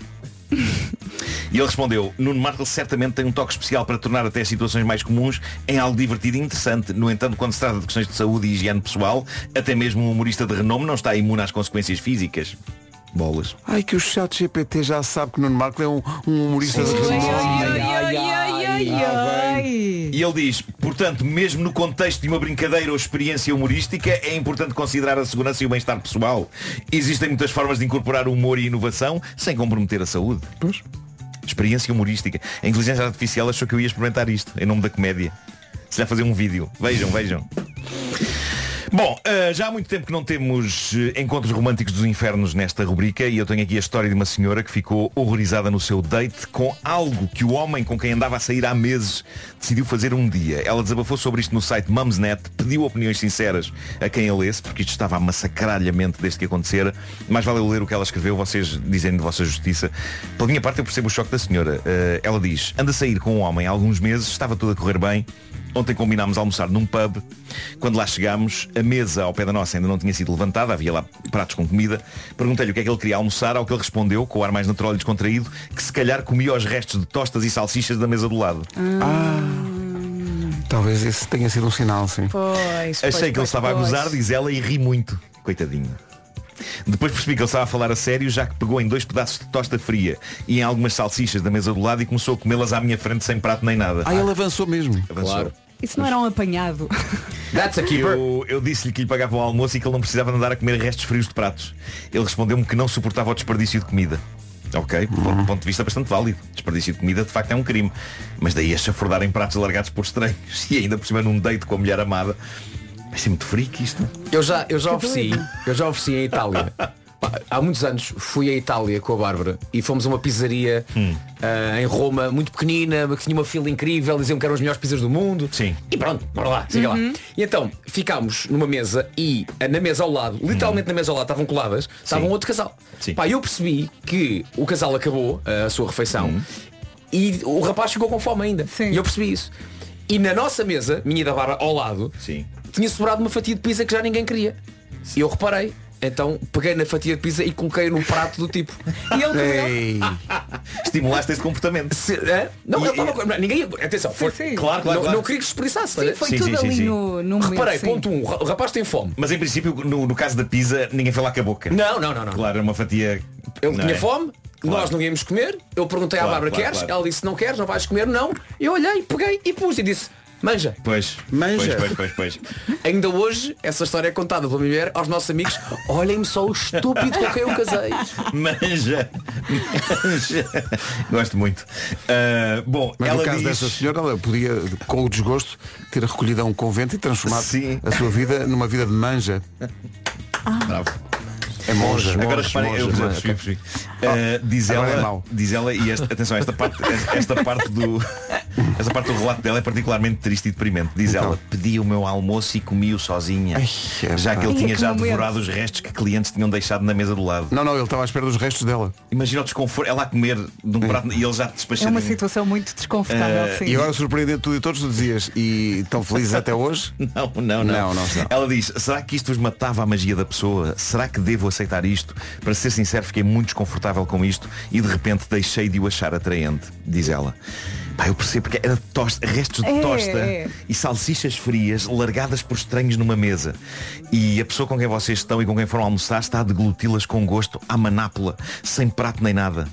E ele respondeu, Nuno Marco certamente tem um toque especial para tornar até as situações mais comuns em algo divertido e interessante. No entanto, quando se trata de questões de saúde e higiene pessoal, até mesmo um humorista de renome não está imune às consequências físicas. Bolas. Ai que o chat GPT já sabe que Nuno Marco é um, um humorista de Ui, renome. ui, ui, ui, ui, ui, E ele diz, portanto, mesmo no contexto de uma brincadeira ou experiência humorística, é importante considerar a segurança e o bem-estar pessoal. Existem muitas formas de incorporar humor e inovação sem comprometer a saúde. Pois. Experiência humorística. A inteligência artificial achou que eu ia experimentar isto, em nome da comédia. Se lhe fazer um vídeo. Vejam, vejam. Bom, eh, já há muito tempo que não temos eh, encontros românticos dos infernos nesta rubrica e eu tenho aqui a história de uma senhora que ficou horrorizada no seu date com algo que o homem com quem andava a sair há meses decidiu fazer um dia. Ela desabafou sobre isto no site Mumsnet, pediu opiniões sinceras a quem a lesse, porque isto estava a massacrar-lhe a mente desde que acontecera, mas valeu ler o que ela escreveu, vocês dizem de vossa justiça. Pela minha parte eu percebo o choque da senhora. Eh, ela diz, anda a sair com um homem há alguns meses, estava tudo a correr bem, Ontem combinámos almoçar num pub. Quando lá chegámos, a mesa ao pé da nossa ainda não tinha sido levantada, havia lá pratos com comida. Perguntei-lhe o que é que ele queria almoçar, ao que ele respondeu, com o ar mais natural e descontraído, que se calhar comia os restos de tostas e salsichas da mesa do lado. Ah, Talvez esse tenha sido um sinal, sim. Pois, Achei que ele estava a gozar, diz ela, e ri muito. Coitadinho. Depois percebi que ele estava a falar a sério, já que pegou em dois pedaços de tosta fria e em algumas salsichas da mesa do lado e começou a comê-las à minha frente sem prato nem nada. Ah, ele avançou mesmo. Avançou. Isso não era um apanhado. That's a keeper. Eu, eu disse-lhe que lhe pagava o almoço e que ele não precisava de andar a comer restos frios de pratos. Ele respondeu-me que não suportava o desperdício de comida. Ok, do Uhum. ponto de vista bastante válido. Desperdício de comida de facto é um crime. Mas daí a chafurdar em pratos largados por estranhos e ainda por cima num date com a mulher amada. Vai ser muito freak isto. Eu já, eu já Que ofereci, doido. eu já ofereci em Itália. Pá, Há muitos anos fui à Itália com a Bárbara e fomos a uma pizzaria Hum. ah, em Roma, muito pequenina, que tinha uma fila incrível, diziam que eram as melhores pizzas do mundo. Sim. E pronto, bora lá, siga Uhum. lá. E então ficámos numa mesa e ah, na mesa ao lado, literalmente na mesa ao lado, estavam coladas, estava um outro casal. Pá, eu percebi que o casal acabou ah, a sua refeição Uhum. e o rapaz ficou com fome ainda. E eu percebi isso. E na nossa mesa, minha e da Bárbara ao lado, tinha sobrado uma fatia de pizza que já ninguém queria. E eu reparei. Então peguei na fatia de pizza e coloquei no prato do tipo. E ele comeu. Estimulaste esse comportamento. Não, ele estava com- Ninguém. Atenção, foi. sim. Claro, claro, não, claro. não queria que desperdiçasse. Eh, Sim, foi tudo ali no, no momento. Reparei, sim. ponto um, o rapaz tem fome. Mas em princípio, no, no caso da pizza, ninguém foi lá com a boca. Não, não, não, não. Claro, era uma fatia. Ele não tinha é? fome, Claro. nós não íamos comer. Eu perguntei à Claro, Bárbara, claro, queres? claro. Ela disse, não queres, não vais comer, não. Eu olhei, peguei e pus e disse, manja. Pois. Manja. Pois, pois, pois, pois. Ainda hoje, essa história é contada pela minha mulher aos nossos amigos. Olhem-me só o estúpido com quem eu casei. Manja. Manja. Gosto muito. Ah, bom, Mas ela no caso diz... dessa senhora, ela podia, com o desgosto, ter recolhido a um convento e transformado a sua vida numa vida de manja. Bravo. É monja. Agora monja, reparem, eu monja, percebi, percebi. Ah, diz, agora é ela, mau. diz ela, e esta- atenção, esta parte, esta parte do. Esta parte do relato dela é particularmente triste e deprimente. Diz Então. ela, pedi o meu almoço e comi-o sozinha. já que ele pá. tinha Ai, que já momento. devorado os restos que clientes tinham deixado na mesa do lado. Não, não, ele estava à espera dos restos dela. Imagina o desconforto, ela a comer de um Hum. prato e ele já É despachadinho. uma situação muito desconfortável, Eh, sim. E agora surpreendente tudo e todos tu dizias e estão felizes até hoje? Não, não, não. Não, não são. Ela diz, será que isto vos matava a magia da pessoa? Será que devo aceitar isto? Para ser sincero, fiquei muito desconfortável com isto e de repente deixei de o achar atraente, diz ela. Pá, eu percebo porque era tosta, restos de É, tosta é. e salsichas frias largadas por estranhos numa mesa. E a pessoa com quem vocês estão e com quem foram almoçar está a degluti-las com gosto à manápola, sem prato nem nada.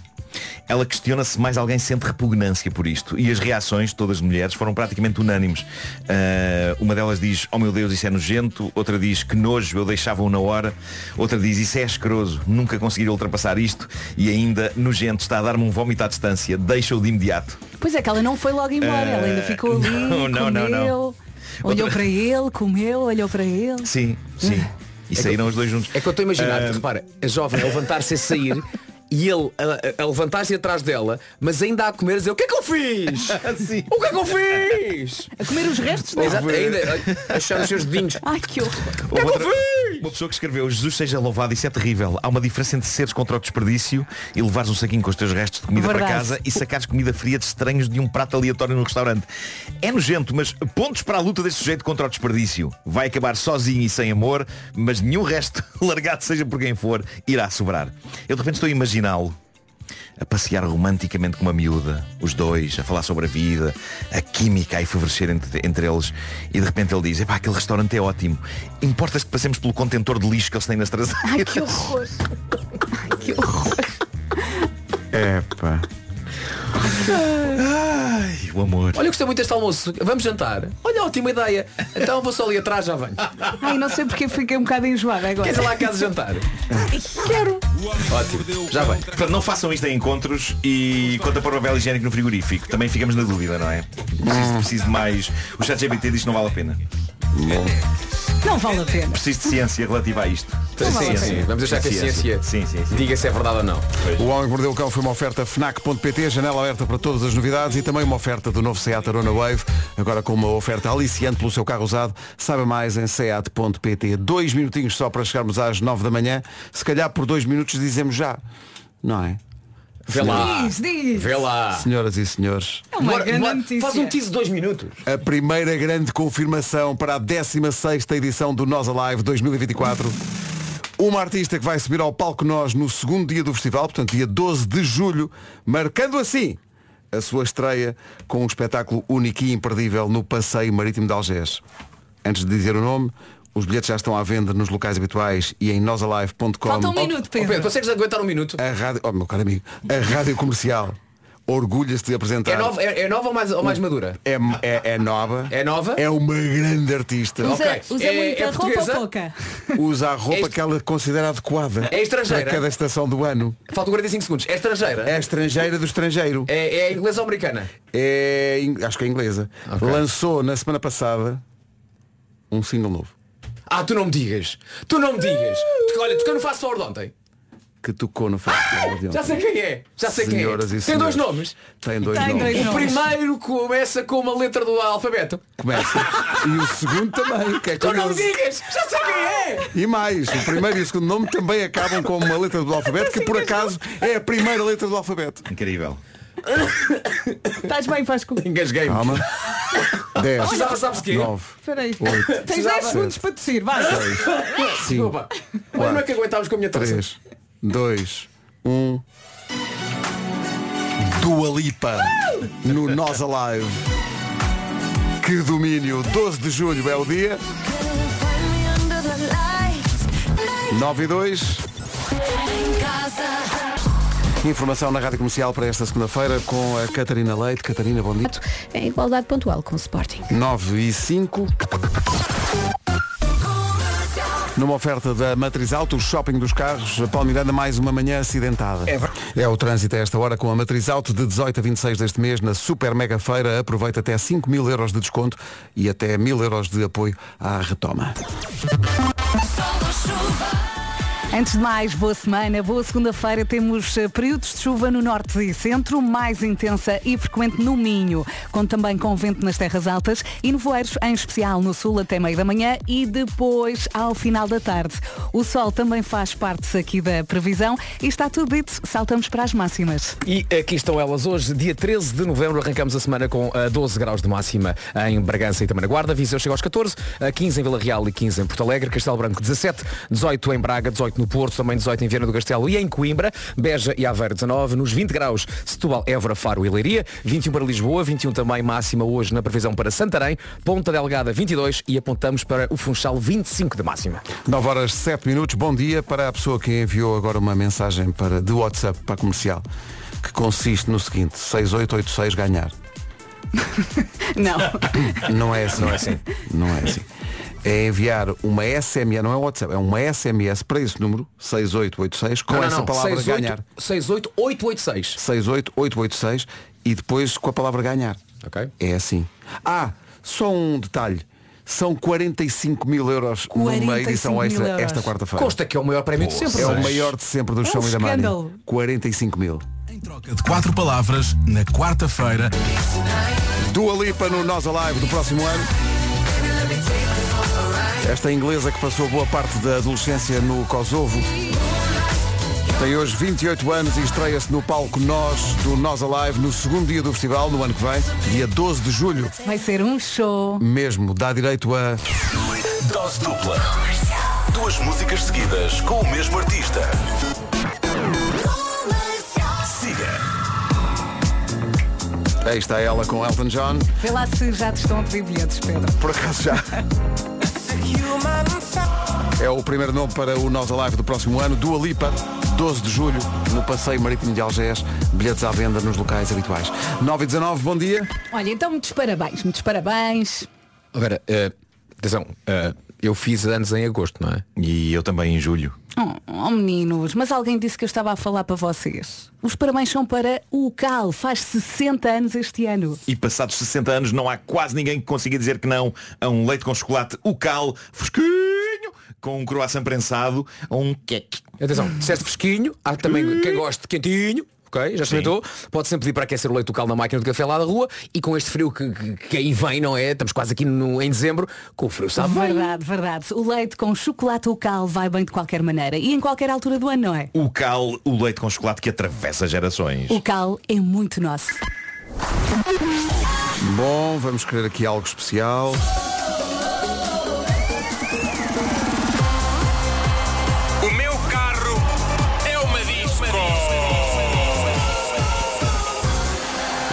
Ela questiona se mais alguém sente repugnância por isto. E as reações, todas mulheres, foram praticamente unânimes. Ah, uma delas diz, oh meu Deus, isso é nojento. Outra diz, que nojo, eu deixava-o na hora. Outra diz, isso é escroso, nunca conseguiria ultrapassar isto. E ainda, nojento, está a dar-me um vómito à distância, deixa-o de imediato. Pois é que ela não foi logo embora, Eh, ela ainda ficou ali, não, não, comeu, não, não. olhou para ele, comeu, olhou para ele. Sim, sim. E saíram os dois juntos. É que eu estou a imaginar, repara, a jovem a levantar-se a sair e ele a, a- a levantar-se atrás dela, mas ainda a comer a dizer o que é que eu fiz? O que é que eu fiz? A comer os restos Exato, ainda é a- a achar os seus dedinhos. Ai que horror. Houve outra- Uma pessoa que escreveu Jesus seja louvado, isso é terrível. Há uma diferença entre seres contra o desperdício e levares um saquinho com os teus restos de comida para Verdade. casa e sacares comida fria de estranhos de um prato aleatório no restaurante. É nojento, mas pontos para a luta deste sujeito contra o desperdício. Vai acabar sozinho e sem amor, mas nenhum resto, largado seja por quem for, irá sobrar. Eu de repente estou a imaginá-lo a passear romanticamente com uma miúda, os dois, a falar sobre a vida, a química a efervescer entre, entre eles, e de repente ele diz, epá, aquele restaurante é ótimo, importas que passemos pelo contentor de lixo que eles têm nas traseiras? Ai que horror. Ai que horror. Epá. Ai, Ai, o amor. Olha, eu gostei muito deste almoço. Vamos jantar. Olha, ótima ideia. Então vou só ali atrás, já venho. Ai, não sei porque fiquei um bocado enjoada agora. Queres ir lá a casa jantar? Quero. Ótimo, já bem. Portanto, não façam isto em encontros e conta para o papel higiênico no frigorífico. Também ficamos na dúvida, não é? Preciso, preciso de mais. O chat GPT diz que não vale a pena. Não vale a pena. Preciso de ciência relativa a isto. Sim, sim, sim. Vamos deixar que a ciência Sim, sim, sim. diga se é verdade ou não. O Homem que Mordeu o Cão foi uma oferta FNAC.pt, janela aberta para todas as novidades e também uma oferta do novo Seat Arona Wave, agora com uma oferta aliciante pelo seu carro usado. Saiba mais em seat.pt. Dois minutinhos só para chegarmos às nove da manhã. Se calhar por dois minutos dizemos já, não é? Vê lá. Diz, diz. Vê lá. Senhoras e senhores, É uma grande notícia. Faz um tease de dois minutos. a primeira grande confirmação para a 16ª edição do Nós Alive 2024. Uma artista que vai subir ao palco Nós no segundo dia do festival, portanto dia 12 de julho, marcando assim a sua estreia com um espetáculo único e imperdível no Passeio Marítimo de Algés. Antes de dizer o nome, os bilhetes já estão à venda nos locais habituais e em nosalive.com. Falta um minuto, Pedro. Pedro. consegues aguentar um minuto? A rádio, oh meu caro amigo, a rádio comercial orgulha-se de apresentar. É nova, é, é nova ou, mais, ou mais madura? É, é, é nova. É nova? É uma grande artista. Usa, Ok. usa É- muita é roupa portuguesa? ou pouca? Usa a É roupa est- que ela considera adequada É estrangeira? para cada estação do ano. Faltam 45 segundos. É estrangeira? É estrangeira do estrangeiro. É, é inglesa ou americana? É, in- acho que é inglesa. Lançou na semana passada um single novo. Ah, tu não me digas. Tu não me digas. Tu- olha, tu que eu não faço só de ontem. Que tocou no festival de ontem. Já sei quem é. Já sei quem é. Senhoras e Tem dois senhores. nomes. Tem dois Tem nomes. dois O nomes. primeiro começa com uma letra do alfabeto. Começa. E o segundo também, que é Tu não me curioso. digas. Já sei quem é. E mais, o primeiro e o segundo nome também acabam com uma letra do alfabeto, que por acaso é a primeira letra do alfabeto. Incrível. Estás bem, Vasco? Ah, Engasguei-me. Calma. 10, Precisava, sabes o quê? 9, Espera aí. Oito. Tens 10 segundos para tossir, vai. 5, Desculpa. Olha, não é que aguentámos com a minha tosse. 3, 2, 1. Dua Lipa no Nós Alive. Que domínio! 12 de julho é o dia. 9 e 2. Informação na Rádio Comercial para esta segunda-feira com a Catarina Leite. Catarina, bom dia. Em É igualdade pontual com o Sporting. 9 e 5. Numa oferta da Matriz Auto, o shopping dos carros, a Paulo Miranda, mais uma manhã acidentada. É ver- É o trânsito a esta hora com a Matriz Auto de 18 a 26 deste mês na Super Mega Feira. Aproveita até 5 mil euros de desconto e até mil euros de apoio à retoma. Antes de mais, boa semana, boa segunda-feira. Temos eh, períodos de chuva no norte e centro, mais intensa e frequente no Minho, conto também com vento nas terras altas e nevoeiros, em especial no sul até meio da manhã e depois ao final da tarde. O sol também faz parte aqui da previsão e está tudo dito. Saltamos para as máximas. E aqui estão elas hoje, dia 13 de novembro, arrancamos a semana com ah, 12 graus de máxima em Bragança e também na Guarda, Viseu chega aos 14, ah, 15 em Vila Real e 15 em Porto Alegre, Castelo Branco 17, 18 em Braga, 18 no Porto, também 18 em Viana do Castelo e em Coimbra, Beja e Aveiro 19, nos 20 graus Setúbal, Évora, Faro e Leiria, 21 para Lisboa, 21 também máxima hoje na previsão para Santarém, Ponta Delgada 22 e apontamos para o Funchal 25 de máxima. 9 horas 7 minutos, bom dia para a pessoa que enviou agora uma mensagem para, de WhatsApp para a comercial, que consiste no seguinte, 6886 ganhar. Não. Não é assim. Não é assim. Não é assim. É enviar uma SMS, não é um WhatsApp, é uma SMS para esse número, 68886, com Não, não, essa não, palavra 68 ganhar. 68886. 68886 e depois com a palavra ganhar. Ok. É assim. Ah, só um detalhe. São 45 mil euros numa 45 edição extra mil euros. esta quarta-feira. Consta que é o maior prémio de sempre. É não o maior de sempre do um show e da Mani. escândalo. 45 mil. Em troca de quatro palavras, na quarta-feira, Dua Lipa no Nós Alive do próximo ano. Esta inglesa que passou boa parte da adolescência no Kosovo tem hoje 28 anos e estreia-se no palco Nós do Nós Alive no segundo dia do festival, no ano que vem, dia 12 de julho. Vai ser um show. Mesmo dá direito a dose dupla. Duas músicas seguidas com o mesmo artista. Siga. Aí está ela com Elton John. Vê lá se já te estão a pedir bilhetes, Pedro. Por acaso já. É o primeiro nome para o Nós Alive do próximo ano. Dua Lipa, 12 de julho, no Passeio Marítimo de Algés. Bilhetes à venda nos locais habituais. 9 e 19, bom dia. Olha, então muitos parabéns, muitos parabéns. Agora, eh, atenção, eh, eu fiz anos em agosto, não é? E eu também em julho. Oh, oh, meninos, mas alguém disse que eu estava a falar para vocês. Os parabéns são para o Cal, faz 60 anos este ano. E passados 60 anos não há quase ninguém que consiga dizer que não a um leite com chocolate, o cal, fresquinho, com um croissant prensado, ou um queque. Atenção, disseste fresquinho, há também quem goste quentinho. Ok, já experimentou. Pode sempre pedir para aquecer o leite do caldo na máquina do café lá da rua e com este frio que, que- que aí vem, não é? Estamos quase aqui no- em dezembro, com o frio sabe bem. Verdade, verdade. O leite com chocolate ou cal vai bem de qualquer maneira e em qualquer altura do ano, não é? O cal, o leite com chocolate que atravessa gerações. O cal é muito nosso. Bom, vamos querer aqui algo especial. O meu carro é uma disco.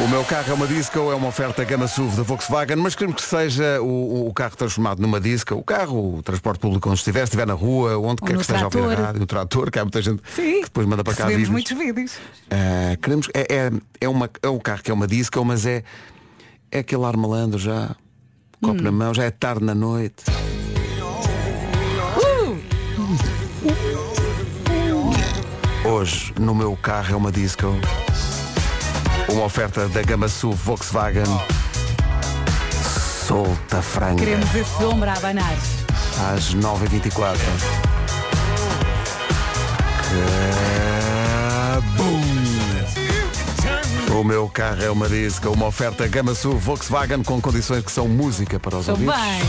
O meu carro é uma disco, é uma oferta gama SUV da Volkswagen, mas queremos que seja o, o carro transformado numa disco, o carro, o transporte público onde estiver, se estiver na rua, onde Ou quer no que esteja a ouvir a trator. rádio, o trator, que há muita gente Sim. que depois manda para cá Recebemos vídeos. muitos vídeos. Ah, queremos, é, é, é, uma, é um carro que é uma disco, mas é, é aquele ar malandro já, copo na mão, já é tarde na noite. Hoje, no meu carro é uma disco. Uma oferta da gama SUV Volkswagen. Solta a franga Queremos esse ombro a abanar. às 9h24. Cabum! O meu carro é uma disco, uma oferta Gama SUV Volkswagen com condições que são música para os Sou ouvintes. bem.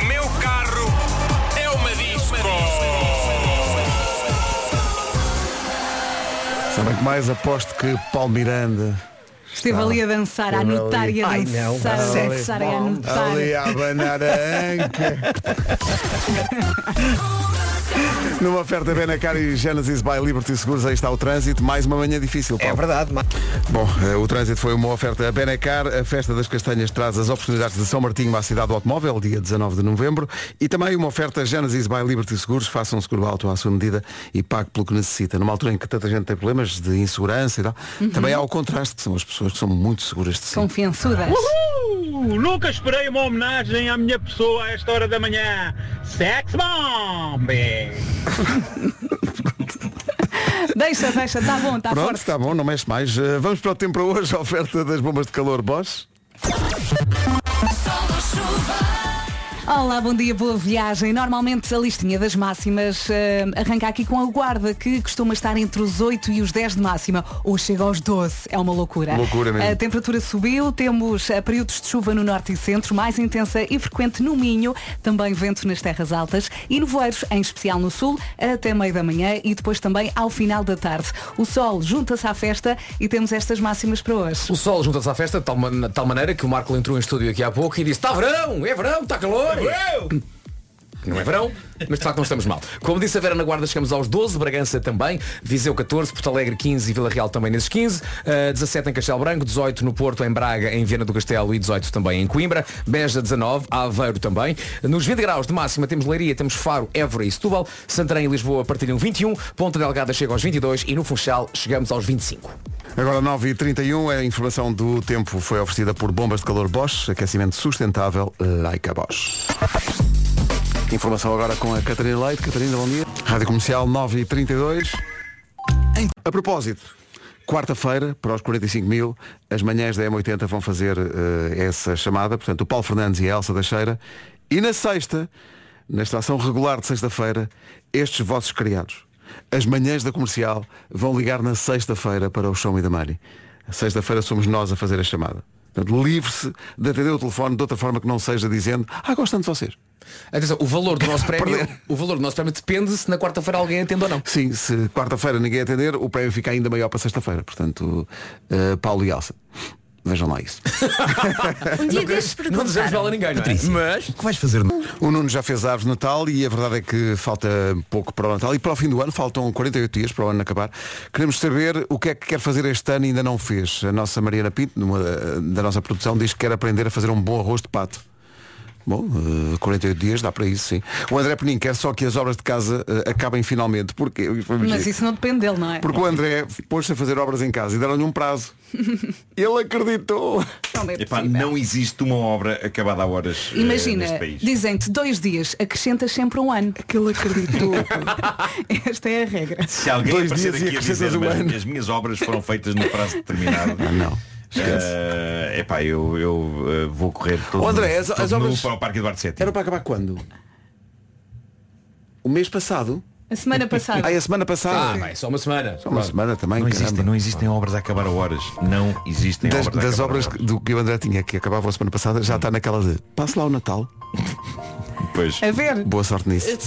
O meu carro é uma disco. Sabem que mais aposto que Paulo Miranda Esteve está- ali a dançar, a esteve anotar ali. e a dançar, a ali. dançar e é a anotar. Ali a abanar a anca. Numa oferta Benacar e Genesis by Liberty Seguros, aí está o trânsito, mais uma manhã difícil. É verdade. Bom, eh, o trânsito foi uma oferta Benacar, a Festa das Castanhas traz as oportunidades de São Martinho à cidade do automóvel, dia 19 de novembro, e também uma oferta Genesis by Liberty Seguros, faça um seguro alto à sua medida e pague pelo que necessita. Numa altura em que tanta gente tem problemas de insegurança e tal, Uhum. também há o contraste, que são as pessoas que são muito seguras de si. Confiançudas. Uhul! Uh, Nunca esperei uma homenagem à minha pessoa a esta hora da manhã. Sex Bomb! Deixa, deixa, está bom, está Pronto, forte. está bom, não mexe mais. Eh, Vamos para o tempo para hoje, a oferta das bombas de calor Bosch. Olá, bom dia, boa viagem. Normalmente a listinha das máximas eh, arranca aqui com a guarda, que costuma estar entre os 8 e os 10 de máxima. Hoje chega aos 12. É uma loucura. Loucura mesmo. A temperatura subiu, temos eh, períodos de chuva no norte e centro, mais intensa e frequente no Minho, também vento nas terras altas e nevoeiros, em especial no sul, até meio da manhã e depois também ao final da tarde. O sol junta-se à festa e temos estas máximas para hoje. O sol junta-se à festa de tal, man- tal maneira que o Marco entrou em estúdio aqui há pouco e disse está verão, é verão, está calor. Não é verão, mas de facto não estamos mal. Como disse a Vera na Guarda, chegamos aos 12, Bragança também, Viseu 14, Porto Alegre 15 e Vila Real também nesses 15, eh, 17 em Castelo Branco, 18 no Porto, em Braga, em Viana do Castelo e 18 também em Coimbra, Beja 19, Aveiro também. Nos 20 graus de máxima temos Leiria, temos Faro, Évora e Setúbal, Santarém e Lisboa partilham 21, Ponta Delgada chega aos 22 e no Funchal chegamos aos 25. Agora 9h31, a informação do tempo foi oferecida por bombas de calor Bosch, aquecimento sustentável, like a Bosch. Informação agora com a Catarina Leite. Catarina, bom dia. Rádio Comercial 9h32. A propósito, quarta-feira, para os 45 mil, as manhãs da M80 vão fazer eh, essa chamada, portanto, o Paulo Fernandes e a Elsa Teixeira. E na sexta, na estação regular de sexta-feira, estes vossos criados, as manhãs da comercial, vão ligar na sexta-feira para o Show Me the Money. A Sexta-feira somos nós a fazer a chamada. Portanto, livre-se de atender o telefone de outra forma que não seja dizendo, ah, gosto tanto de vocês. Atenção, o valor do nosso prémio, o valor do nosso prémio depende se na quarta-feira alguém atende ou não. Sim, se quarta-feira ninguém atender, o prémio fica ainda maior para sexta-feira. Portanto, eh, Paulo e Alça. Vejam lá isso. Um dia destes Não desejamos mal a ninguém, não é? Mas que vais fazer? O Nuno já fez árvore de Natal e a verdade é que falta pouco para o Natal e para o fim do ano, faltam 48 dias para o ano acabar. Queremos saber o que é que quer fazer este ano e ainda não fez. A nossa Mariana Pinto, numa, da nossa produção, diz que quer aprender a fazer um bom arroz de pato. Bom, eh, 48 dias dá para isso, sim. O André Penin quer só que as obras de casa eh, acabem finalmente. Porquê? Vamos Mas ver. isso não depende dele, não é? Porque o André pôs-se a fazer obras em casa e deram-lhe um prazo. Ele acreditou. Não é Epá, não existe uma obra acabada a horas eh, Imagina, neste país. dizem-te dois dias, acrescentas sempre um ano. Aquilo acreditou. Esta é a regra. Se alguém Dois aparecer dias e aqui a acrescentas dizer um "Mas ano." Ah, as minhas obras foram feitas no prazo determinado. não. É epá, eu, eu eh, vou correr todo, Ó, André, nu- as- todo as nu obras- para o Parque Eduardo VII. Era para acabar quando? O mês passado? A semana passada. Ah, é a semana passada. Ah, Sim. bem, só uma semana. Só uma semana também. Não existem, não existem obras a acabar a horas. Não existem Das, obras a das acabar obras a horas. que- do que o André tinha que acabavam a semana passada já está naquela de passe lá o Natal. Pois. É A ver. Boa sorte nisso.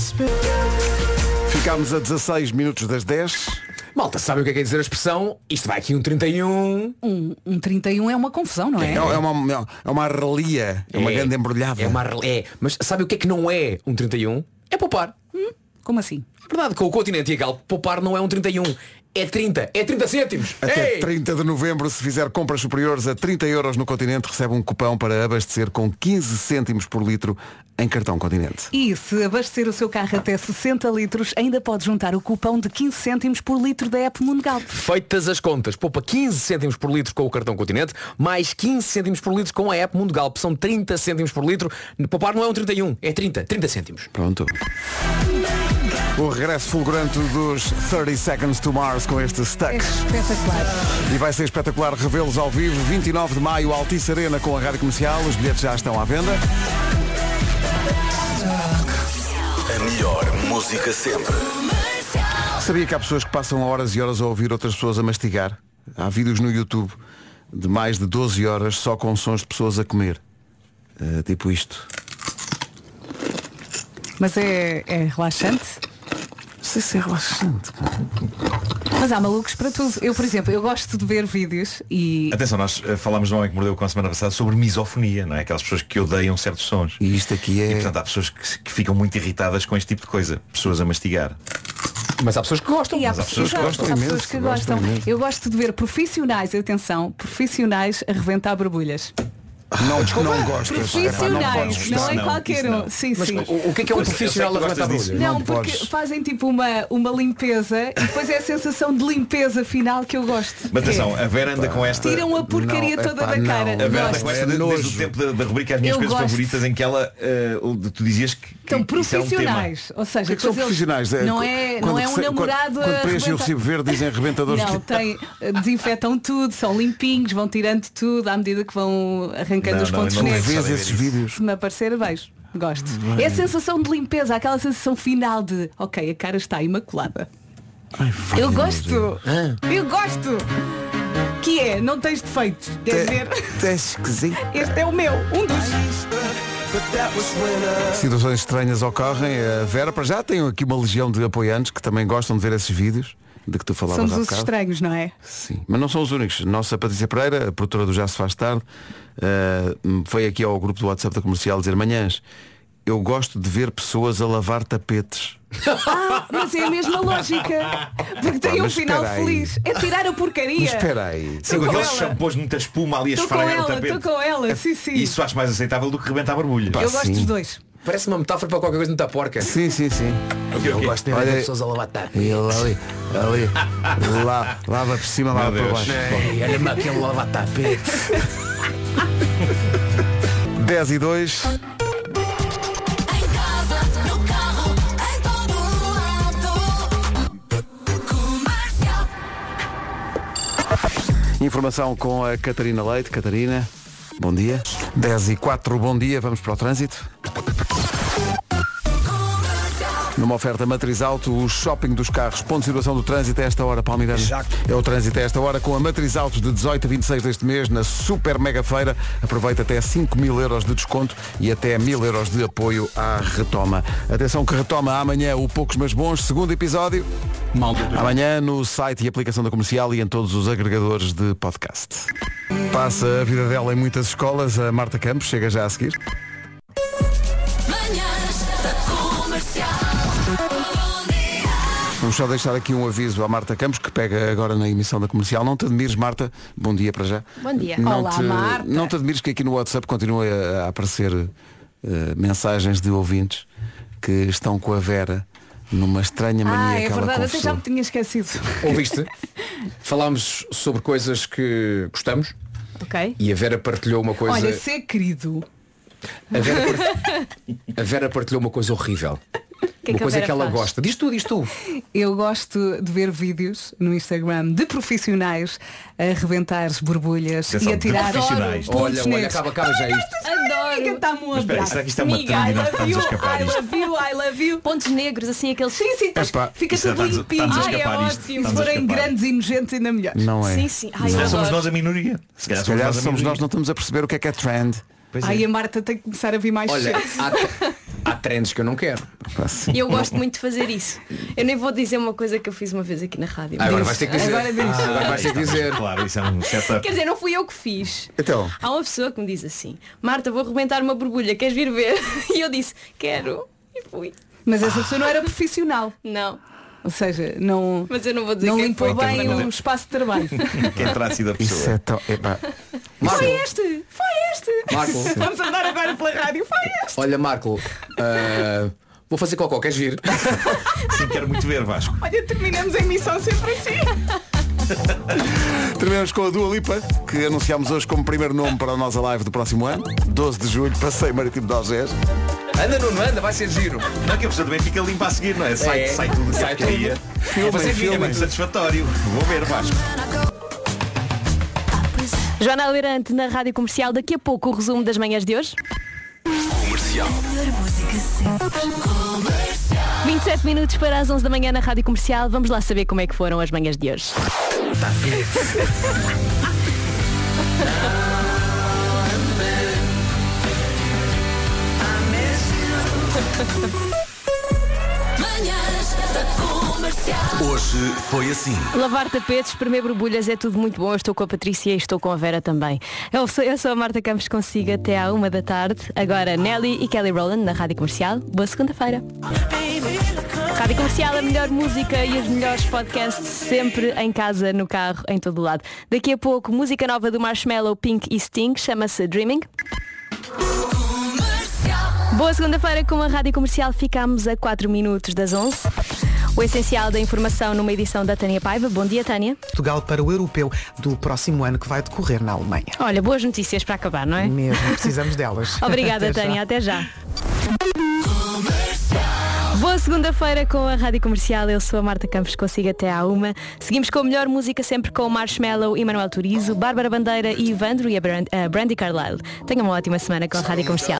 Ficámos a 16 minutos das 10. Malta, sabe o que é que é dizer a expressão? Isto vai aqui um 31. Um, um 31 é uma confusão, não é? É, é uma, é uma relia, é uma É. grande embrulhada. É uma rel- é. Mas sabe o que é que não é um 31? É poupar. Como assim? É verdade, com o continente e a Galp, poupar não é um 31. É 30. É 30 cêntimos. Até Ei! 30 de novembro, se fizer compras superiores a 30 euros no continente, recebe um cupão para abastecer com 15 cêntimos por litro em cartão continente. E se abastecer o seu carro até 60 litros, ainda pode juntar o cupão de 15 cêntimos por litro da app Mundial. Feitas as contas, poupa 15 cêntimos por litro com o cartão Continente, mais 15 cêntimos por litro com a app Mundo Galp. São 30 cêntimos por litro. Poupar não é um 31, é 30. 30 cêntimos. Pronto. O regresso fulgurante dos 30 Seconds to Mars com este É stack. espetacular. E vai ser espetacular revê-los ao vivo, 29 de maio, Altice Arena com a Rádio Comercial. Os bilhetes já estão à venda. A melhor música sempre. Sabia que há pessoas que passam horas e horas a ouvir outras pessoas a mastigar? Há vídeos no YouTube de mais de 12 horas só com sons de pessoas a comer. Eh, tipo isto. Mas é, é relaxante. Não sei se é relaxante. Mas há malucos para tudo. Eu, por exemplo, eu gosto de ver vídeos e. Atenção, nós eh, falámos no Homem que Mordeu com a semana passada sobre misofonia, não é? Aquelas pessoas que odeiam certos sons. E isto aqui é. E portanto há pessoas que, que ficam muito irritadas com este tipo de coisa. Pessoas a mastigar. Mas há pessoas que gostam. E há Mas há pessoas que exato, gostam há imenso, pessoas que gostam gostam. imenso. Eu gosto de ver profissionais, atenção, profissionais a reventar borbulhas. Ah, Não, é, não gostas. Profissionais, não, é qualquer um. Sim, Mas sim. o, o que é que é um Pois, eu sei que profissional tu a levantar gostas bolhas? Não, porque fazem tipo uma, uma limpeza e depois é a sensação de limpeza final que eu gosto. Mas Que é, atenção, a Vera anda com esta. um Tiram a porcaria Não, toda epá, da cara. A é Vera anda Gosto. com esta desde, desde o tempo da, da rubrica As Minhas Eu Coisas gosto. Favoritas em que ela eh, onde tu dizias que, que Então, isso é um tema. profissionais, ou O que seja, é que são depois eles- profissionais? não é, não é um rece- namorado Quando, quando a preenchem o rebentar- recibo verde dizem arrebentadores Não, de... tem, desinfetam tudo, são limpinhos, vão tirando tudo à medida que vão arrancando Não, os não, pontos não é negros. vês esses vídeos. Se me aparecer, vejo. Gosto. É a sensação de limpeza, aquela sensação final de ok, a cara está imaculada. eu gosto. Eu gosto. Que é, não tens defeitos. Quer dizer, É esquisito. este é o meu, um dos. Situações estranhas ocorrem. A Vera, para já, tem aqui uma legião de apoiantes que também gostam de ver esses vídeos de que tu falavas Somos há os bocado. estranhos, não é? Sim, mas não são os únicos. Nossa Patrícia Pereira, a produtora do Já Se Faz Tarde, eh, veio aqui ao grupo do WhatsApp da comercial dizer manhãs, eu gosto de ver pessoas a lavar tapetes. Ah, mas é a mesma lógica. Porque Pá, tem um mas final espera aí. feliz. É tirar a porcaria. Mas espera aí. Tô Sim, com com aqueles ela. shampoos de muita espuma ali a Estou com esfarem o ela, tapete. É, estou com ela, sim, sim. Isso acho mais aceitável do que rebentar borbulhas. eu gosto assim. dos dois. Parece uma metáfora para qualquer coisa muito porca. Sim, sim, sim. Eu gosto de ver Olha, as pessoas a lavar E tapas. ele ali, ali, lá, lava por cima, lava para baixo. Ei, Olha-me um aquele lavar tapetes. 10 e 2. Informação com a Catarina Leite. Catarina, bom dia. 10 e 4, bom dia. Vamos para o trânsito. Numa oferta matriz alto, o shopping dos carros. Ponto de situação do trânsito a esta hora, Palmeirano. É o trânsito a esta hora com a matriz alto de 18 a 26 deste mês na super mega feira. Aproveita até 5 mil euros de desconto e até mil euros de apoio à retoma. Atenção que retoma amanhã o Poucos Mas Bons, segundo episódio. Amanhã no site e aplicação da comercial e em todos os agregadores de podcast. Passa a vida dela em muitas escolas. A Marta Campos chega já a seguir. Vamos só deixar aqui um aviso à Marta Campos, que pega agora na emissão da comercial. Não te admires, Marta. Bom dia para já. Bom dia. Não Olá, te, Marta. Não te admires que aqui no WhatsApp continua a aparecer eh, mensagens de ouvintes que estão com a Vera numa estranha mania Ah, que é ela verdade, até confessou. já me tinha esquecido. Ouviste? Falámos sobre coisas que gostamos Ok. e a Vera partilhou uma coisa. é. Olha, ser querido. A Vera, a Vera partilhou uma coisa horrível. que uma a coisa Vera que ela faz? gosta. Diz tu, diz tu. Eu gosto de ver vídeos no Instagram de profissionais a reventar borbulhas Atenção, e a de tirar profissionais. pontos Olha, olha, negros. acaba, acaba já isto. Adoro. Mas espera aí, será que isto é uma trend e nós estamos a escapar I disto? love you, I love you. Pontos negros, assim, aqueles. Sim, sim, Epá, fica isso tudo está-nos a- limpinho. está-nos a Ai, é escapar isto, ótimo. está-nos Se a forem escapar. grandes e nojentes, ainda melhor. Não é. Sim, sim. Ai, Se eu calhar somos adoro. nós a minoria. Se calhar Se calhar somos nós a somos nós, minoria. não estamos a perceber o que é que é trend. é. Ai, a Marta tem que começar a vir mais Olha, cedo. há, há trends que eu não quero. Eu gosto muito de fazer isso. Eu nem vou dizer uma coisa que eu fiz uma vez aqui na rádio. Ah, Agora Diz. vais ter que dizer. Agora diz. Ah, agora vais ter que dizer. Claro, isso é um setup. Quer dizer, não fui eu que fiz. Então. Há uma pessoa que me diz assim, Marta, vou arrebentar uma borbulha, queres vir ver? E eu disse, quero. E fui. Mas Ah. essa pessoa não era profissional. Não. Ou seja, não, Mas eu não vou dizer não é quem limpou foi. bem Então, o não. espaço de trabalho. Quem terá sido a pessoa? Isso é tão. epá. Foi este! Foi este! é Marco. Vamos andar agora pela rádio, foi este! Olha, Marco, ah, vou fazer cocó, queres vir? é- Sim, quero muito ver, Vasco. Olha, terminamos a emissão sempre assim. Terminamos com a Dua Lipa, que anunciámos hoje como primeiro nome para o Nós Alive do próximo ano. 12 de julho, passeio marítimo de Algés. Anda, não anda, vai ser giro. Não, é que a pessoa também fica limpa a seguir, não é? Sai, É. sai tudo Sai sai que tudo. queria. Filmem, Mas enfim, filmem. é muito satisfatório. Vou ver, Vasco. Joana Almirante na Rádio Comercial, daqui a pouco o resumo das manhãs de hoje. Comercial. 27 minutos para as 11 da manhã na Rádio Comercial. Vamos lá saber como é que foram as manhãs de hoje. Hoje foi assim. Lavar tapetes, espremer borbulhas é tudo muito bom. Eu estou com a Patrícia e estou com a Vera também. Eu sou, eu sou a Marta Campos Consigo até à uma da tarde. Agora Nelly e Kelly Rowland na Rádio Comercial. Boa segunda-feira. Rádio Comercial, a melhor música e os melhores podcasts sempre em casa, no carro, em todo o lado. Daqui a pouco, música nova do Marshmallow, Pink e Sting, chama-se Dreaming. Boa segunda-feira com a Rádio Comercial. Ficamos a 4 minutos das 11. O essencial da informação numa edição da Tânia Paiva. Bom dia, Tânia. Portugal para o europeu do próximo ano que vai decorrer na Alemanha. Olha, boas notícias para acabar, não é? Mesmo, precisamos delas. Obrigada, Até já. Tânia. Até já. Boa segunda-feira com a Rádio Comercial. Eu sou a Marta Campos, consigo até à uma. Seguimos com a melhor música sempre com o Marshmallow eh, e Manuel Turizo, Bárbara Bandeira e Ivandro e a Brand- a Brandy Carlyle. Tenha uma ótima semana com a Rádio Comercial.